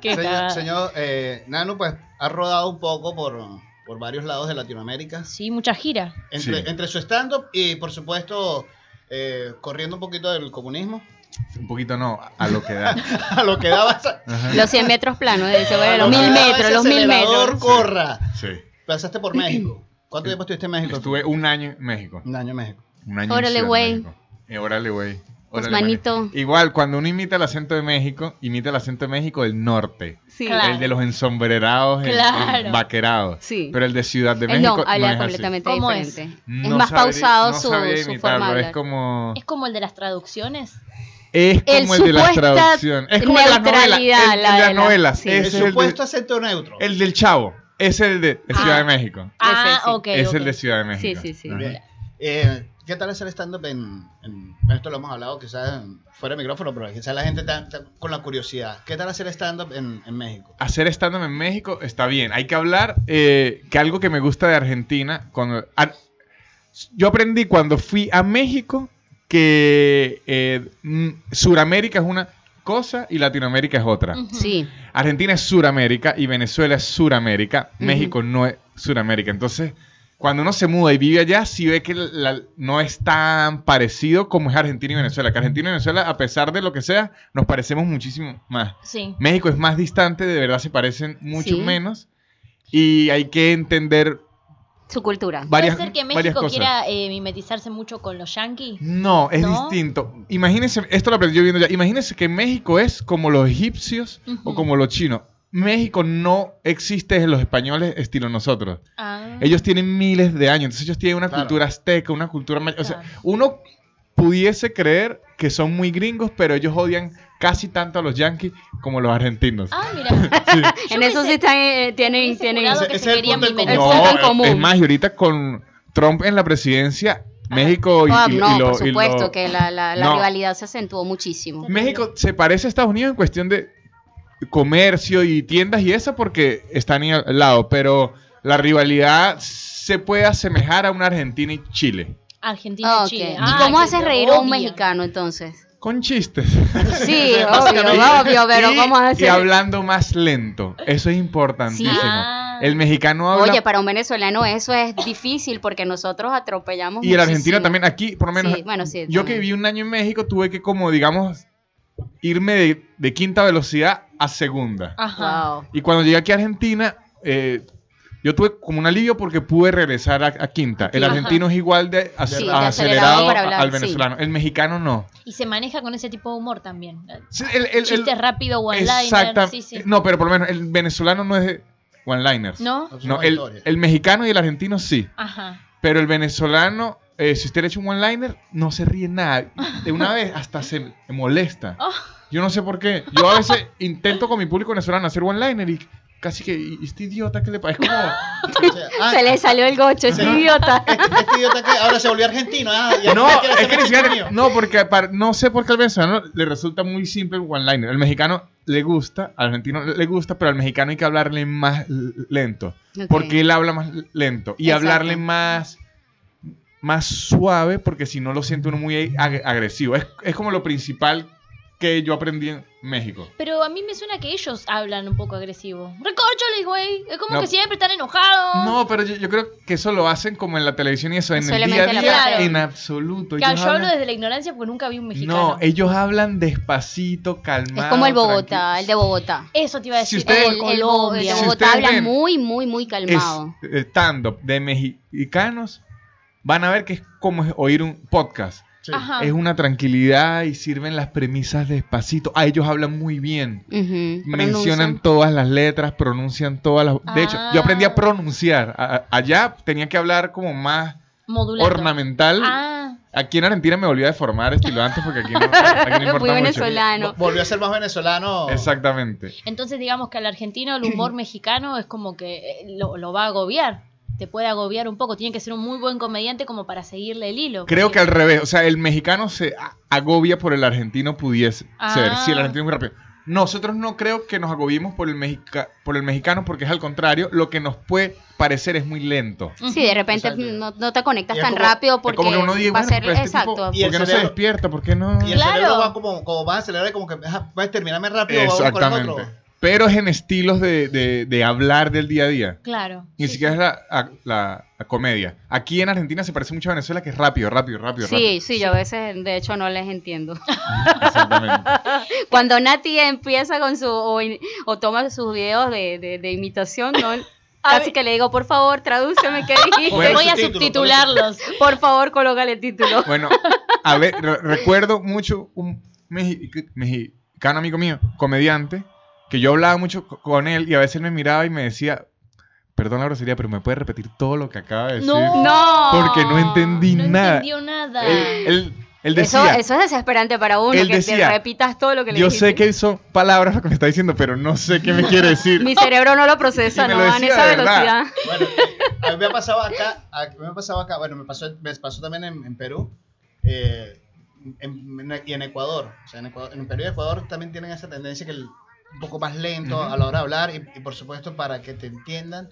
Speaker 5: Qué
Speaker 3: Señor,
Speaker 5: cagada.
Speaker 3: señor eh, Nanu, pues ha rodado un poco por, por varios lados de Latinoamérica.
Speaker 5: Sí, mucha gira.
Speaker 3: Entre,
Speaker 7: Sí.
Speaker 3: entre su stand-up y, por supuesto, eh, corriendo un poquito del comunismo.
Speaker 7: Un poquito no, a lo que da.
Speaker 3: A lo que daba. esa-
Speaker 6: Los 100 metros planos, dice,
Speaker 3: a
Speaker 6: bueno,
Speaker 3: lo
Speaker 6: los
Speaker 3: que
Speaker 6: mil
Speaker 3: daba
Speaker 6: metros,
Speaker 3: ese
Speaker 6: los mil
Speaker 3: acelerador,
Speaker 6: metros.
Speaker 3: corra.
Speaker 7: Sí.
Speaker 3: Pasaste por México. ¿Cuánto tiempo estuviste en México?
Speaker 7: Estuve un año en México.
Speaker 3: un año en México.
Speaker 7: Un año en
Speaker 6: Órale,
Speaker 7: Ciudad de
Speaker 6: güey.
Speaker 7: México. Eh, Órale, güey.
Speaker 6: Pues,
Speaker 7: Órale,
Speaker 6: manito.
Speaker 7: manito. Igual, cuando uno imita el acento de México, imita el acento de México del norte.
Speaker 6: Sí.
Speaker 5: Claro.
Speaker 7: El de los ensombrerados, el-
Speaker 5: Claro.
Speaker 7: el vaquerados.
Speaker 6: Sí.
Speaker 7: Pero el de Ciudad de
Speaker 6: Eh,
Speaker 7: México.
Speaker 6: no, habla
Speaker 7: es así.
Speaker 6: completamente
Speaker 5: ¿Cómo es?
Speaker 6: diferente. Es,
Speaker 7: No
Speaker 6: más
Speaker 7: sabría-
Speaker 6: pausado
Speaker 7: no
Speaker 6: su,
Speaker 7: sabría
Speaker 6: su
Speaker 7: imitarlo,
Speaker 6: forma de
Speaker 7: Es
Speaker 6: hablar.
Speaker 7: como.
Speaker 5: Es como el de las traducciones.
Speaker 7: Es
Speaker 6: el
Speaker 7: como el, de las
Speaker 6: supuesta
Speaker 7: traducciones. Es como el de las novelas. El,
Speaker 6: neutralidad,
Speaker 7: el
Speaker 6: la
Speaker 7: de las
Speaker 6: de la-
Speaker 7: novelas.
Speaker 6: sí.
Speaker 7: Ese
Speaker 3: El
Speaker 7: es el,
Speaker 3: supuesto
Speaker 7: de-
Speaker 3: acento neutro.
Speaker 7: el del Chavo. Es el de, de Ciudad de México.
Speaker 5: Ah,
Speaker 6: sí.
Speaker 5: ok.
Speaker 7: es
Speaker 5: ok.
Speaker 7: el de Ciudad de
Speaker 6: Sí,
Speaker 7: México.
Speaker 6: sí, sí.
Speaker 7: Ajá.
Speaker 3: Bien. Eh, ¿Qué tal hacer stand-up en, en- bueno, Esto lo hemos hablado quizás en- fuera de micrófono, pero quizás la gente está, está con la curiosidad. ¿Qué tal hacer stand-up en, en México?
Speaker 7: hacer stand-up en México está bien. Hay que hablar eh, que algo que me gusta de Argentina. Cuando, a- yo aprendí cuando fui a México que eh, mm, Suramérica es una cosa y Latinoamérica es otra.
Speaker 5: Ujú.
Speaker 6: Sí,
Speaker 7: Argentina es Suramérica y Venezuela es Suramérica.
Speaker 6: Ujú.
Speaker 7: México no es Suramérica. Entonces, cuando uno se muda y vive allá, sí ve que la- no es tan parecido como es Argentina y Venezuela. Que Argentina y Venezuela, a pesar de lo que sea, nos parecemos muchísimo más.
Speaker 5: Sí.
Speaker 7: México es más distante, de verdad se parecen mucho
Speaker 6: Sí.
Speaker 7: menos. Y hay que entender
Speaker 6: su cultura.
Speaker 7: varias,
Speaker 5: Puede ser que
Speaker 7: varias
Speaker 5: México
Speaker 7: cosas.
Speaker 5: quiera eh, mimetizarse mucho con los yanquis.
Speaker 7: No, es
Speaker 5: ¿No?
Speaker 7: distinto. Imagínense, esto lo aprendí yo viendo ya. Imagínense que México es como los egipcios
Speaker 5: Ujú.
Speaker 7: o como los chinos. México no existe en los españoles estilo nosotros.
Speaker 5: Ah.
Speaker 7: Ellos tienen miles de años, entonces ellos tienen una
Speaker 3: Claro.
Speaker 7: cultura azteca, una cultura maya. O sea,
Speaker 5: Claro.
Speaker 7: uno pudiese creer que son muy gringos, pero ellos odian casi tanto a los yanquis como a los argentinos.
Speaker 5: Ah, mira.
Speaker 6: en eso sí están, eh, tienen,
Speaker 5: hubiese
Speaker 6: tienen
Speaker 5: jurado
Speaker 3: Ese-
Speaker 5: que
Speaker 3: ese
Speaker 5: se
Speaker 3: es el
Speaker 5: querían
Speaker 3: punto en común.
Speaker 5: mimetizar.
Speaker 6: Eso es tan común.
Speaker 7: Es más, y ahorita con Trump en la presidencia, México y,
Speaker 6: Ah,
Speaker 7: y-
Speaker 6: no,
Speaker 7: y lo-
Speaker 6: por
Speaker 7: y lo-
Speaker 6: supuesto que la, la- la
Speaker 7: No.
Speaker 6: rivalidad se acentuó muchísimo.
Speaker 7: México se parece a Estados Unidos en cuestión de comercio y tiendas y eso porque están ahí al lado, pero la rivalidad se puede asemejar a una Argentina y Chile.
Speaker 5: Argentina
Speaker 6: Ok.
Speaker 5: y Chile.
Speaker 6: ¿Y
Speaker 5: Ah,
Speaker 6: cómo
Speaker 5: que
Speaker 6: haces
Speaker 5: lo
Speaker 6: reír a un
Speaker 5: odian.
Speaker 6: mexicano entonces?
Speaker 7: Con chistes.
Speaker 6: Sí,
Speaker 3: Básicamente.
Speaker 6: obvio, obvio, pero
Speaker 7: y,
Speaker 6: ¿cómo
Speaker 7: y
Speaker 6: haces?
Speaker 7: hablando más lento. Eso es importantísimo.
Speaker 6: Sí.
Speaker 5: Ah.
Speaker 7: El mexicano habla
Speaker 6: Oye, para un venezolano eso es difícil porque nosotros atropellamos
Speaker 7: Y el
Speaker 6: muchísimo.
Speaker 7: argentino también, aquí, por lo menos.
Speaker 6: Sí, bueno, sí,
Speaker 7: yo
Speaker 6: también.
Speaker 7: que viví un año en México, tuve que, como, digamos, irme de, de quinta velocidad a segunda.
Speaker 5: Ajá.
Speaker 6: Wow.
Speaker 7: Y cuando llegué aquí a Argentina, eh, yo tuve como un alivio porque pude regresar a, a quinta. El
Speaker 6: Ajá.
Speaker 7: argentino es igual de, ac-
Speaker 6: Sí, de
Speaker 7: acelerado,
Speaker 6: acelerado para hablar,
Speaker 7: al
Speaker 6: sí.
Speaker 7: venezolano. El mexicano no.
Speaker 5: Y se maneja con ese tipo de humor también.
Speaker 7: Sí, el- el- el-
Speaker 5: Chiste rápido, one
Speaker 7: exacta-
Speaker 5: liner. Sí, sí.
Speaker 7: No, pero por lo menos el venezolano no es de one-liners.
Speaker 5: ¿No?
Speaker 7: No, el, el mexicano y el argentino sí.
Speaker 5: Ajá.
Speaker 7: Pero el venezolano, eh, si usted le echa un one-liner, no se ríe nada. De una vez hasta se molesta.
Speaker 5: Oh.
Speaker 7: Yo no sé por qué. Yo a veces intento con mi público venezolano hacer one-liner y casi que, ¿y este idiota que le pasa? Es como, Ah,
Speaker 6: Se le salió el gocho, es
Speaker 3: Sí.
Speaker 6: idiota.
Speaker 3: ah, este, este idiota que ahora se volvió argentino. Ah, y
Speaker 7: no,
Speaker 3: ahora quiere
Speaker 7: es
Speaker 3: ser
Speaker 7: que ni
Speaker 3: mexicano
Speaker 7: siquiera,
Speaker 3: mío.
Speaker 7: no, porque para- no sé por qué al venezolano le resulta muy simple el one-liner. Al mexicano le gusta, al argentino le gusta, pero al mexicano hay que hablarle más lento.
Speaker 6: Ok.
Speaker 7: Porque él habla más lento. Y
Speaker 6: Exacto.
Speaker 7: hablarle más, más suave, porque si no lo siente uno muy ag- agresivo. Es, es como lo principal que yo aprendí en México.
Speaker 5: Pero a mí me suena que ellos hablan un poco agresivo. Recórcholes, güey. Es como
Speaker 7: No.
Speaker 5: que siempre están enojados.
Speaker 7: No, pero yo, yo creo que eso lo hacen como en la televisión y eso en el día
Speaker 6: Solamente
Speaker 7: a
Speaker 6: la
Speaker 7: día,
Speaker 5: parte-
Speaker 7: en absoluto.
Speaker 5: Claro,
Speaker 7: Ellos
Speaker 5: yo hablo
Speaker 7: hablan-
Speaker 5: desde la ignorancia porque nunca vi un mexicano.
Speaker 7: no, eh, ellos hablan despacito,
Speaker 6: Es
Speaker 7: calmado.
Speaker 6: como el Bogotá,
Speaker 7: tranquilo.
Speaker 6: el de Bogotá.
Speaker 5: Eso te iba a
Speaker 7: Si
Speaker 5: decir.
Speaker 7: ustedes-
Speaker 5: o
Speaker 6: el, el Bo- el de
Speaker 5: Colombia.
Speaker 7: Si
Speaker 6: Bogotá
Speaker 7: ustedes
Speaker 6: habla
Speaker 7: ven,
Speaker 6: muy, muy, muy
Speaker 7: es
Speaker 6: calmado.
Speaker 7: stand-up de mexicanos, van a ver que es como oír un podcast.
Speaker 3: Sí.
Speaker 5: Ajá.
Speaker 7: Es una tranquilidad y sirven las premisas despacito. Ah, ellos hablan muy bien.
Speaker 6: Ujú,
Speaker 7: Mencionan
Speaker 6: pronuncia.
Speaker 7: todas las letras, pronuncian todas las... De hecho, yo aprendí a
Speaker 5: Ah.
Speaker 7: pronunciar. A- a- allá tenía que hablar como más
Speaker 5: Modulando.
Speaker 7: ornamental.
Speaker 5: Ah.
Speaker 7: Aquí en Argentina me volví a deformar estilo antes porque aquí no, aquí no importa
Speaker 6: Muy
Speaker 7: mucho.
Speaker 6: venezolano.
Speaker 3: Vol- Volvió a ser más venezolano.
Speaker 7: Exactamente.
Speaker 5: Entonces digamos que al argentino el humor mexicano es como que eh, lo, lo va a agobiar. te puede agobiar un poco. Tiene que ser un muy buen comediante como para seguirle el hilo.
Speaker 7: Creo que
Speaker 5: porque-
Speaker 7: al revés, o sea, el mexicano se a- agobia por el argentino pudiese
Speaker 5: Ah.
Speaker 7: ser. Sí, el argentino es muy rápido. Nosotros no creo que nos agobiemos por el, mexica- por el mexicano porque es al contrario, lo que nos puede parecer es muy lento.
Speaker 6: Sí, de repente
Speaker 3: Exacto.
Speaker 6: no, no te conectas
Speaker 3: Y es
Speaker 6: tan
Speaker 3: como-
Speaker 6: rápido porque
Speaker 7: como que uno dice,
Speaker 6: va a
Speaker 7: bueno,
Speaker 6: ser
Speaker 7: pero este
Speaker 6: exacto.
Speaker 7: tipo,
Speaker 3: Y el
Speaker 7: ¿por qué no se
Speaker 3: cerebro.
Speaker 7: despierta? ¿Por qué no?
Speaker 3: Y el
Speaker 5: Claro.
Speaker 3: cerebro va como, como vas a acelerar, como que "Ah, puedes terminarme rápido, vamos con el
Speaker 7: Exactamente.
Speaker 3: otro.
Speaker 7: Pero es en estilos de, de- de hablar del día a día.
Speaker 5: Claro.
Speaker 7: Ni
Speaker 5: sí,
Speaker 7: siquiera es la, a- la- la comedia. Aquí en Argentina se parece mucho a Venezuela que es rápido, rápido, rápido,
Speaker 6: Sí,
Speaker 7: rápido.
Speaker 6: sí, yo a veces de hecho no les entiendo.
Speaker 7: Exactamente.
Speaker 6: Cuando Nati empieza con su o, in- o toma sus videos de, de, de imitación, no, casi que le digo, por favor, tradúceme qué dijiste.
Speaker 5: Voy
Speaker 7: Bueno,
Speaker 5: a
Speaker 3: subtítulo,
Speaker 5: subtitularlos.
Speaker 6: Por favor, colócale título.
Speaker 7: Bueno, a ver, re- recuerdo mucho un mexi- mexicano amigo mío, comediante, que yo hablaba mucho co- con él y a veces me miraba y me decía, perdón la grosería, pero me puede repetir todo lo que acaba de decir.
Speaker 5: No,
Speaker 6: No.
Speaker 7: Porque no entendí
Speaker 5: no
Speaker 7: nada.
Speaker 5: entendió nada.
Speaker 7: Él, él- él
Speaker 6: Eso,
Speaker 7: decía,
Speaker 6: eso es desesperante para uno,
Speaker 7: Él
Speaker 6: que
Speaker 7: decía,
Speaker 6: te repitas todo lo que le
Speaker 7: yo
Speaker 6: dijiste.
Speaker 7: sé que son palabras lo que me está diciendo, pero no sé qué me quiere decir.
Speaker 6: Mi cerebro no lo procesa,
Speaker 7: Y me
Speaker 6: no,
Speaker 7: lo
Speaker 6: a
Speaker 7: decía
Speaker 6: esa
Speaker 7: de verdad.
Speaker 6: velocidad.
Speaker 3: Bueno, a mí me ha pasado acá, a mí me ha pasado acá, bueno, me pasó, me pasó también en, en Perú eh, en- en- y en Ecuador. O sea, en, Ecuador- en Perú y Ecuador también tienen esa tendencia que el, un poco más lento a la hora de hablar y, y por supuesto para que te entiendan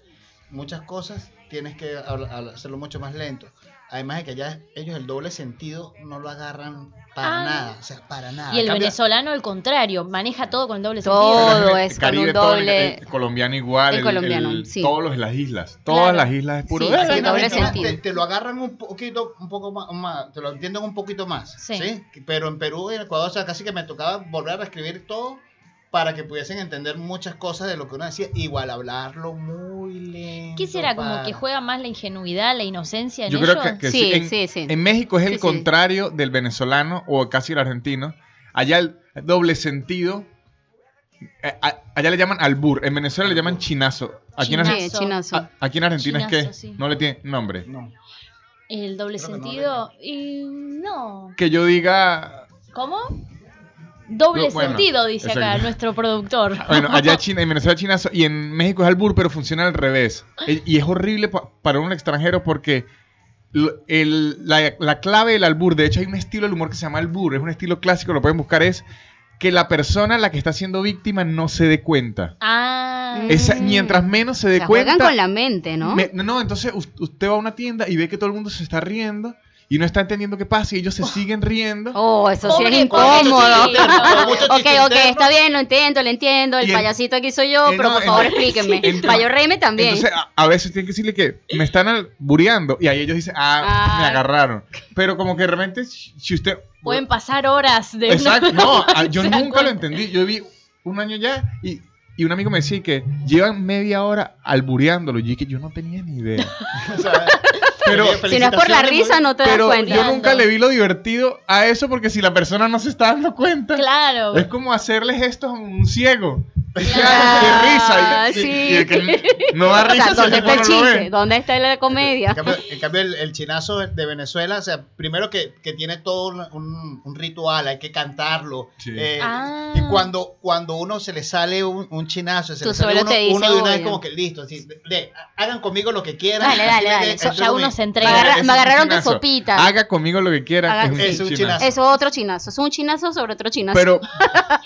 Speaker 3: muchas cosas tienes que habla- habla- hacerlo mucho más lento. Además de que allá ellos el doble sentido no lo agarran para
Speaker 5: Ah.
Speaker 3: nada, o sea, para nada.
Speaker 5: Y el
Speaker 3: Cambia-
Speaker 5: venezolano, al contrario, maneja todo con el doble
Speaker 6: Todo.
Speaker 5: sentido.
Speaker 7: Pero en el
Speaker 6: es con un
Speaker 7: todo en
Speaker 6: doble-
Speaker 7: el colombiano igual.
Speaker 6: el colombiano, sí.
Speaker 7: Todos los, las islas. Todas
Speaker 5: Claro.
Speaker 7: las islas es puro.
Speaker 6: Sí,
Speaker 3: Aquí
Speaker 6: sí,
Speaker 3: en
Speaker 6: doble
Speaker 3: Argentina
Speaker 6: sentido.
Speaker 3: Te, te lo agarran un poquito, un poco más, más- te lo entienden un poquito más.
Speaker 5: Sí.
Speaker 3: Sí. Pero en Perú y en Ecuador, o sea, casi que me tocaba volver a reescribir todo para que pudiesen entender muchas cosas de lo que uno decía, igual hablarlo muy lento.
Speaker 5: ¿Qué será? Como
Speaker 3: para-
Speaker 5: que juega más la ingenuidad, la inocencia en
Speaker 7: Yo creo
Speaker 5: ellos?
Speaker 7: que, que
Speaker 6: Sí,
Speaker 7: sí. En,
Speaker 6: sí, sí.
Speaker 7: en México es el
Speaker 6: Sí, sí.
Speaker 7: contrario del venezolano o casi el argentino. Allá el doble sentido. eh, a- Allá le llaman albur. En Venezuela le llaman chinazo. Aquí en, Ar-
Speaker 5: Chinazo.
Speaker 6: Sí, chinazo.
Speaker 7: a- aquí en Argentina es
Speaker 5: Chinazo,
Speaker 7: que
Speaker 5: sí.
Speaker 7: no le tiene nombre.
Speaker 3: No.
Speaker 5: El doble
Speaker 3: Creo que no,
Speaker 5: sentido. y no.
Speaker 7: Que yo diga.
Speaker 5: ¿Cómo? Doble
Speaker 7: No, bueno,
Speaker 5: sentido, dice acá
Speaker 7: exacto. Ah,
Speaker 5: nuestro productor.
Speaker 7: Bueno, allá China, en Venezuela chinazo y en México es albur, pero funciona al revés. E- Y es horrible pa- para un extranjero porque lo- el- la, la clave del albur, de hecho hay un estilo del humor que se llama albur, es un estilo clásico, lo pueden buscar, es que la persona a la que está siendo víctima no se dé cuenta.
Speaker 5: Ah,
Speaker 7: Esa-
Speaker 6: Mm.
Speaker 7: mientras menos se
Speaker 6: O
Speaker 7: dé
Speaker 6: sea,
Speaker 7: cuenta...
Speaker 6: juegan con la mente, ¿no?
Speaker 7: me- no, no, entonces us- usted va a una tienda y ve que todo el mundo se está riendo y no está entendiendo qué pasa y ellos se siguen riendo.
Speaker 6: Oh, eso sí
Speaker 5: Pobre
Speaker 6: es incómodo.
Speaker 5: pobrecito.
Speaker 6: Ok, ok, está bien, lo entiendo, lo entiendo. El
Speaker 7: Y en-
Speaker 6: payasito aquí soy yo,
Speaker 7: Eh,
Speaker 6: pero
Speaker 7: no,
Speaker 6: por favor
Speaker 7: en-
Speaker 6: explíquenme.
Speaker 7: en-
Speaker 6: Para yo reírme también.
Speaker 7: Entonces, a, a veces tienen que decirle que me están albureando y ahí ellos dicen, ah,
Speaker 6: Ah.
Speaker 7: me agarraron. Pero como que de repente, si si usted...
Speaker 5: Pueden pasar horas de.
Speaker 7: Mm. Exacto, no, ah, yo
Speaker 5: se
Speaker 7: nunca lo
Speaker 5: acuerdan.
Speaker 7: entendí. Yo vi un año ya y, y un amigo me decía que llevan media hora albureándolo. Y que yo no tenía ni idea.
Speaker 3: O sea,
Speaker 7: Pero-
Speaker 6: si no es por la risa, no te das
Speaker 7: Pero
Speaker 6: cuenta.
Speaker 7: yo nunca le vi lo divertido a eso porque si la persona no se está dando cuenta...
Speaker 5: Claro.
Speaker 7: Es como hacerle gestos a un ciego. Y,
Speaker 6: Ah,
Speaker 7: ah, qué risa. Y-
Speaker 6: sí.
Speaker 7: y el que no da
Speaker 6: O sea,
Speaker 7: risa. si
Speaker 6: ¿dónde
Speaker 7: el
Speaker 6: está el
Speaker 7: tipo no lo ve.
Speaker 6: chiste? ¿Dónde está la comedia?
Speaker 3: En cambio, en cambio, el, el chinazo de Venezuela, o sea, primero que, que tiene todo un, un- un ritual, hay que cantarlo.
Speaker 7: Sí.
Speaker 3: eh,
Speaker 5: Ah.
Speaker 3: Y cuando, cuando uno se le sale un, un chinazo, se
Speaker 6: Tú
Speaker 3: le sale
Speaker 6: solo
Speaker 3: uno,
Speaker 6: te dice,
Speaker 3: uno de una vez
Speaker 6: "Oye".
Speaker 3: como que listo, así, de- de- hagan conmigo lo que quieran.
Speaker 6: Dale, dale,
Speaker 3: así de-
Speaker 6: dale,
Speaker 3: de-
Speaker 6: eso
Speaker 3: eso
Speaker 5: ya
Speaker 3: es
Speaker 5: uno
Speaker 3: mi-
Speaker 5: se
Speaker 6: Me,
Speaker 5: entrega.
Speaker 6: agarra-
Speaker 7: es
Speaker 6: me
Speaker 7: un
Speaker 6: agarraron de
Speaker 7: chinazo.
Speaker 6: sopita.
Speaker 7: Haga conmigo lo que quiera.
Speaker 6: Haga-
Speaker 3: Es un chinazo.
Speaker 6: Eso otro chinazo. Es un chinazo sobre otro chinazo.
Speaker 7: Pero,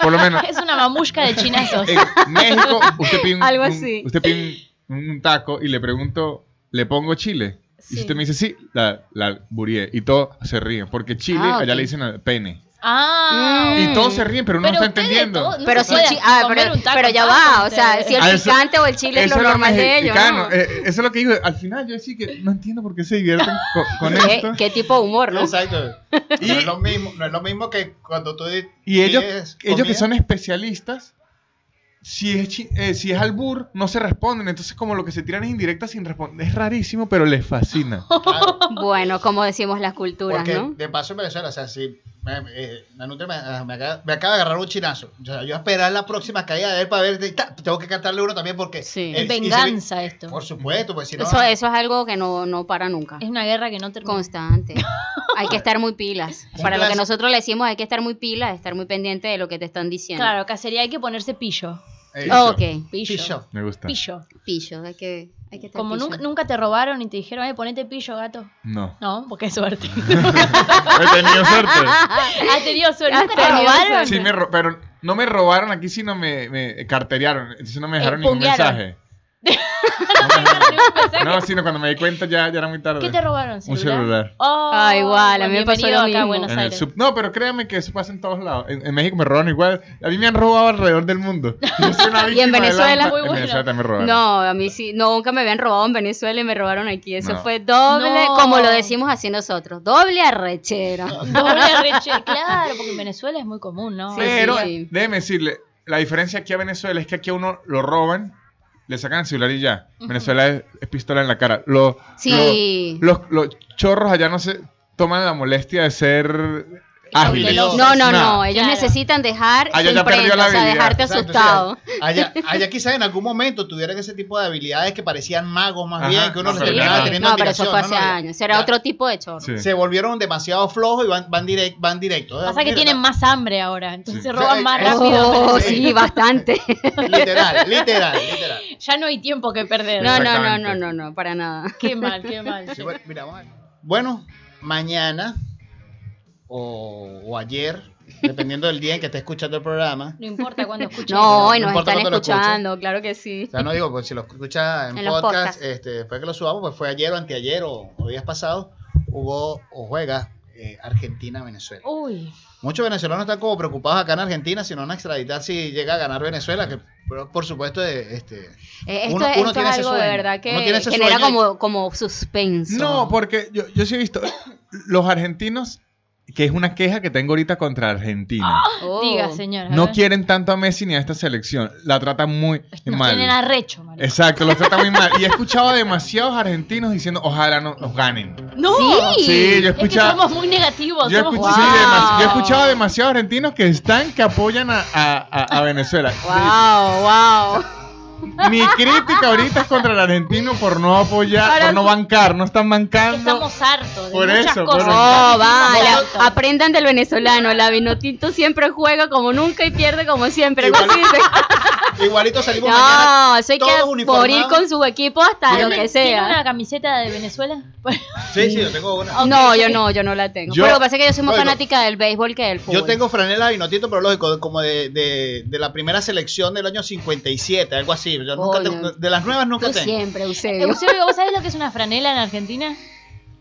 Speaker 7: por lo menos,
Speaker 5: Es una mamushka de chinazos.
Speaker 7: en México, usted pide un,
Speaker 6: Algo
Speaker 7: un-
Speaker 6: así.
Speaker 7: usted pide un, un taco y le pregunto, ¿le pongo chile? Y
Speaker 5: Sí.
Speaker 7: si usted me dice sí, la, la burié. Y todos se ríen. Porque chile,
Speaker 6: Ah, ok. Mm.
Speaker 7: allá le dicen al pene.
Speaker 5: Ah.
Speaker 7: Y todos se ríen, pero uno no está
Speaker 5: ustedes
Speaker 7: entendiendo.
Speaker 5: todos- no
Speaker 6: pero
Speaker 5: se
Speaker 6: sí,
Speaker 5: puede
Speaker 6: chi- ah,
Speaker 5: comer
Speaker 6: pero,
Speaker 5: un taco
Speaker 6: pero ya
Speaker 5: tanto
Speaker 6: va. O sea,
Speaker 5: ustedes.
Speaker 6: si el
Speaker 7: Ah, eso-
Speaker 6: picante o el chile es
Speaker 7: Eso
Speaker 6: lo
Speaker 7: es lo
Speaker 6: normal de ellos.
Speaker 7: mexicano,
Speaker 6: ¿no?
Speaker 7: eh, Eso es lo que digo. Al final yo decía que no entiendo por qué se divierten co- con,
Speaker 6: ¿Qué,
Speaker 7: esto.
Speaker 6: qué tipo de humor, ¿no?
Speaker 3: Exacto.
Speaker 7: Y-
Speaker 3: No, es lo mismo, no es lo mismo que cuando tú. di-
Speaker 7: Y ellos,
Speaker 3: pides
Speaker 7: ellos que
Speaker 3: comida.
Speaker 7: son especialistas, si es, chi- eh, si es albur, no se responden. Entonces, como lo que se tiran es indirecta sin responder. Es rarísimo, pero les fascina.
Speaker 3: Claro,
Speaker 6: Bueno, como decimos las culturas,
Speaker 3: porque
Speaker 6: ¿no?
Speaker 3: de paso en Venezuela, o sea, si me, eh, Nanutria me, me acaba, me acaba de agarrar un chinazo. O sea, yo a esperar la próxima caída de él para ver. de- ta, tengo que cantarle uno también porque.
Speaker 6: Sí.
Speaker 5: Es
Speaker 3: eh, y se vi-
Speaker 5: venganza esto.
Speaker 3: Por supuesto, pues si no.
Speaker 6: Eso, eso es algo que no, no para nunca.
Speaker 5: Es una guerra que no termina.
Speaker 6: Constante. Hay que estar muy pilas.
Speaker 3: Un
Speaker 6: Para lo que
Speaker 3: clásico.
Speaker 6: nosotros le decimos, hay que estar muy pilas, estar muy pendiente de lo que te están diciendo.
Speaker 5: Claro, acá sería hay que ponerse pillo.
Speaker 3: Eh,
Speaker 6: Ok,
Speaker 5: Pillo.
Speaker 3: Pillo.
Speaker 7: Me gusta.
Speaker 5: Pillo.
Speaker 6: pillo, hay que, hay que estar
Speaker 5: Como
Speaker 6: pillo.
Speaker 5: nunca, nunca te robaron y te dijeron, eh, ponete pillo, gato.
Speaker 7: No.
Speaker 5: No, porque es suerte.
Speaker 8: He tenido suerte.
Speaker 5: ha tenido suerte.
Speaker 6: Ha
Speaker 5: ¿Nunca te
Speaker 6: tenido
Speaker 5: robaron?
Speaker 6: suerte.
Speaker 7: Sí, me ro- pero no me robaron aquí, sino me, me carterearon. Entonces no me dejaron ningún
Speaker 5: Empuñaron.
Speaker 7: mensaje.
Speaker 5: Ningún mensaje.
Speaker 7: No, sino cuando me di cuenta ya, ya era muy tarde.
Speaker 5: ¿Qué te robaron?
Speaker 7: Un
Speaker 5: ¿Celular?
Speaker 7: celular.
Speaker 5: Oh,
Speaker 6: Ah, igual, a mí me pasó
Speaker 5: bienvenido
Speaker 6: lo
Speaker 5: acá a
Speaker 6: mismo.
Speaker 5: Buenos
Speaker 7: En el
Speaker 5: Aires.
Speaker 7: sub- No, pero créanme que eso pasa en todos lados. En, en México me robaron igual. A mí me han robado alrededor del mundo. Yo soy una
Speaker 6: Y en
Speaker 7: víctima de
Speaker 6: Venezuela,
Speaker 7: lanza-
Speaker 5: muy
Speaker 7: En
Speaker 5: bueno.
Speaker 7: Venezuela también me robaron.
Speaker 6: No, a mí sí, nunca me habían robado en Venezuela y me robaron aquí. Eso
Speaker 7: No.
Speaker 6: fue doble,
Speaker 5: No.
Speaker 6: como lo decimos así nosotros, doble arrechera.
Speaker 5: Doble reche- Claro, porque en Venezuela es muy común, ¿no?
Speaker 6: Sí.
Speaker 7: Pero
Speaker 6: sí.
Speaker 7: déjeme decirle, la diferencia aquí a Venezuela es que aquí a uno lo roban, le sacan el celular y ya. Venezuela es, es pistola en la cara. Los,
Speaker 6: Sí.
Speaker 7: los, los chorros allá no se toman la molestia de ser ágiles.
Speaker 5: Cautelosos.
Speaker 6: No, no,
Speaker 7: Nada.
Speaker 6: no, ellos
Speaker 5: Claro.
Speaker 6: necesitan dejar
Speaker 7: Ah, ya-
Speaker 6: su
Speaker 7: ya perdió
Speaker 6: imprenta,
Speaker 7: la
Speaker 6: o sea,
Speaker 7: habilidad.
Speaker 6: dejarte
Speaker 3: Exacto,
Speaker 6: asustado.
Speaker 3: o sea, allá, allá quizás en algún momento tuvieran ese tipo de habilidades que parecían magos más
Speaker 7: Ajá,
Speaker 3: bien, que uno
Speaker 7: no,
Speaker 3: los
Speaker 7: pero
Speaker 3: terminaba
Speaker 7: ya-
Speaker 3: teniendo
Speaker 6: no, pero eso
Speaker 3: admiración, ¿no?
Speaker 6: fue hace
Speaker 3: No, ya-
Speaker 6: años, era
Speaker 3: ya
Speaker 6: otro tipo de chorro.
Speaker 7: Sí.
Speaker 3: Se volvieron demasiado flojos y van, van, direct, van directo.
Speaker 5: Pasa que
Speaker 3: Mira,
Speaker 5: tienen
Speaker 3: la-
Speaker 5: más hambre ahora, entonces
Speaker 7: Sí.
Speaker 5: roban más
Speaker 3: Sí, sí.
Speaker 5: rápido.
Speaker 6: Oh,
Speaker 3: Sí.
Speaker 6: sí, bastante.
Speaker 3: Literal, literal, literal.
Speaker 5: Ya no hay tiempo que perder.
Speaker 6: No, no, no,
Speaker 7: Exactamente.
Speaker 6: no, no, no, para nada.
Speaker 5: Qué mal, qué mal.
Speaker 3: Sí, bueno, mira, vamos a ver. Bueno, mañana o, o ayer, dependiendo del día en que esté escuchando el programa.
Speaker 5: No importa cuándo escuches.
Speaker 6: No, hoy
Speaker 3: no
Speaker 6: nos
Speaker 3: importa
Speaker 6: están
Speaker 3: cuánto lo
Speaker 6: escuchando, claro que sí.
Speaker 3: O sea, no digo, pues si lo escucha en,
Speaker 6: En los
Speaker 3: podcast,
Speaker 6: podcasts.
Speaker 3: este, después que lo subamos, pues fue ayer o anteayer o, o días pasados, jugó o juega eh, Argentina-Venezuela.
Speaker 5: Uy,
Speaker 3: Muchos venezolanos están como preocupados acá en Argentina si no van a extraditar si llega a ganar Venezuela, que pero, por supuesto eh, este,
Speaker 6: Eh, Esto,
Speaker 3: Uno-
Speaker 6: es-
Speaker 3: uno
Speaker 6: esto
Speaker 3: tiene
Speaker 6: es
Speaker 3: ese
Speaker 6: algo de
Speaker 3: sueño.
Speaker 6: verdad
Speaker 3: Uno tiene
Speaker 6: que
Speaker 3: ese
Speaker 6: genera
Speaker 3: sueño y-
Speaker 6: como, como suspenso.
Speaker 7: No, porque yo, yo sí he visto los argentinos, que es una queja que tengo ahorita contra Argentina.
Speaker 6: Oh.
Speaker 5: diga, señora. a
Speaker 7: No
Speaker 5: ver.
Speaker 7: quieren tanto a Messi ni a esta selección. La tratan muy
Speaker 5: Nos
Speaker 7: mal.
Speaker 5: tienen arrecho, María.
Speaker 7: Exacto, los tratan muy mal. Y he escuchado a demasiados argentinos diciendo, ojalá no, nos ganen.
Speaker 5: No,
Speaker 6: Ah, Sí.
Speaker 7: Sí, yo he
Speaker 5: es que
Speaker 7: escuchado.
Speaker 5: somos muy negativos.
Speaker 7: Yo he
Speaker 5: somos
Speaker 7: escuchado, sí,
Speaker 5: guapos.
Speaker 7: demasi- yo he escuchado a demasiados argentinos que están, que apoyan a, a- a- a Venezuela.
Speaker 6: Wow, wow.
Speaker 7: Mi crítica ahorita es contra el argentino por no apoyar, por no bancar, no están bancando.
Speaker 5: Estamos hartos de
Speaker 7: Por
Speaker 5: muchas
Speaker 7: eso, por
Speaker 5: cosas.
Speaker 7: eso.
Speaker 6: Oh, vale.
Speaker 5: Estamos hartos.
Speaker 6: Aprendan del venezolano. La Vinotinto siempre juega como nunca y pierde como siempre. ¿no?
Speaker 3: Igual-
Speaker 6: Sí, sí.
Speaker 3: igualito salimos mañana.
Speaker 6: No, eso hay
Speaker 3: todos
Speaker 6: que por ir
Speaker 3: uniformados.
Speaker 6: con su equipo hasta lo que
Speaker 5: ¿Tiene una
Speaker 6: sea.
Speaker 5: camiseta de Venezuela?
Speaker 3: Sí, sí, yo tengo una.
Speaker 5: Ok,
Speaker 6: No,
Speaker 5: ok.
Speaker 6: yo no, yo no la tengo.
Speaker 7: Yo-
Speaker 6: Pero lo que pasa es que yo soy más
Speaker 3: Oigo.
Speaker 6: fanática del béisbol que del fútbol.
Speaker 3: Yo tengo franela de Vinotito, pero lógico, como de, de, de la primera selección del año 57, algo así. Yo nunca
Speaker 6: Coño.
Speaker 3: tengo- de las nuevas nunca
Speaker 6: Tú
Speaker 3: tengo. Eh,
Speaker 6: siempre, Eusebio.
Speaker 5: Eusebio, ¿vos sabés lo que es una franela en Argentina?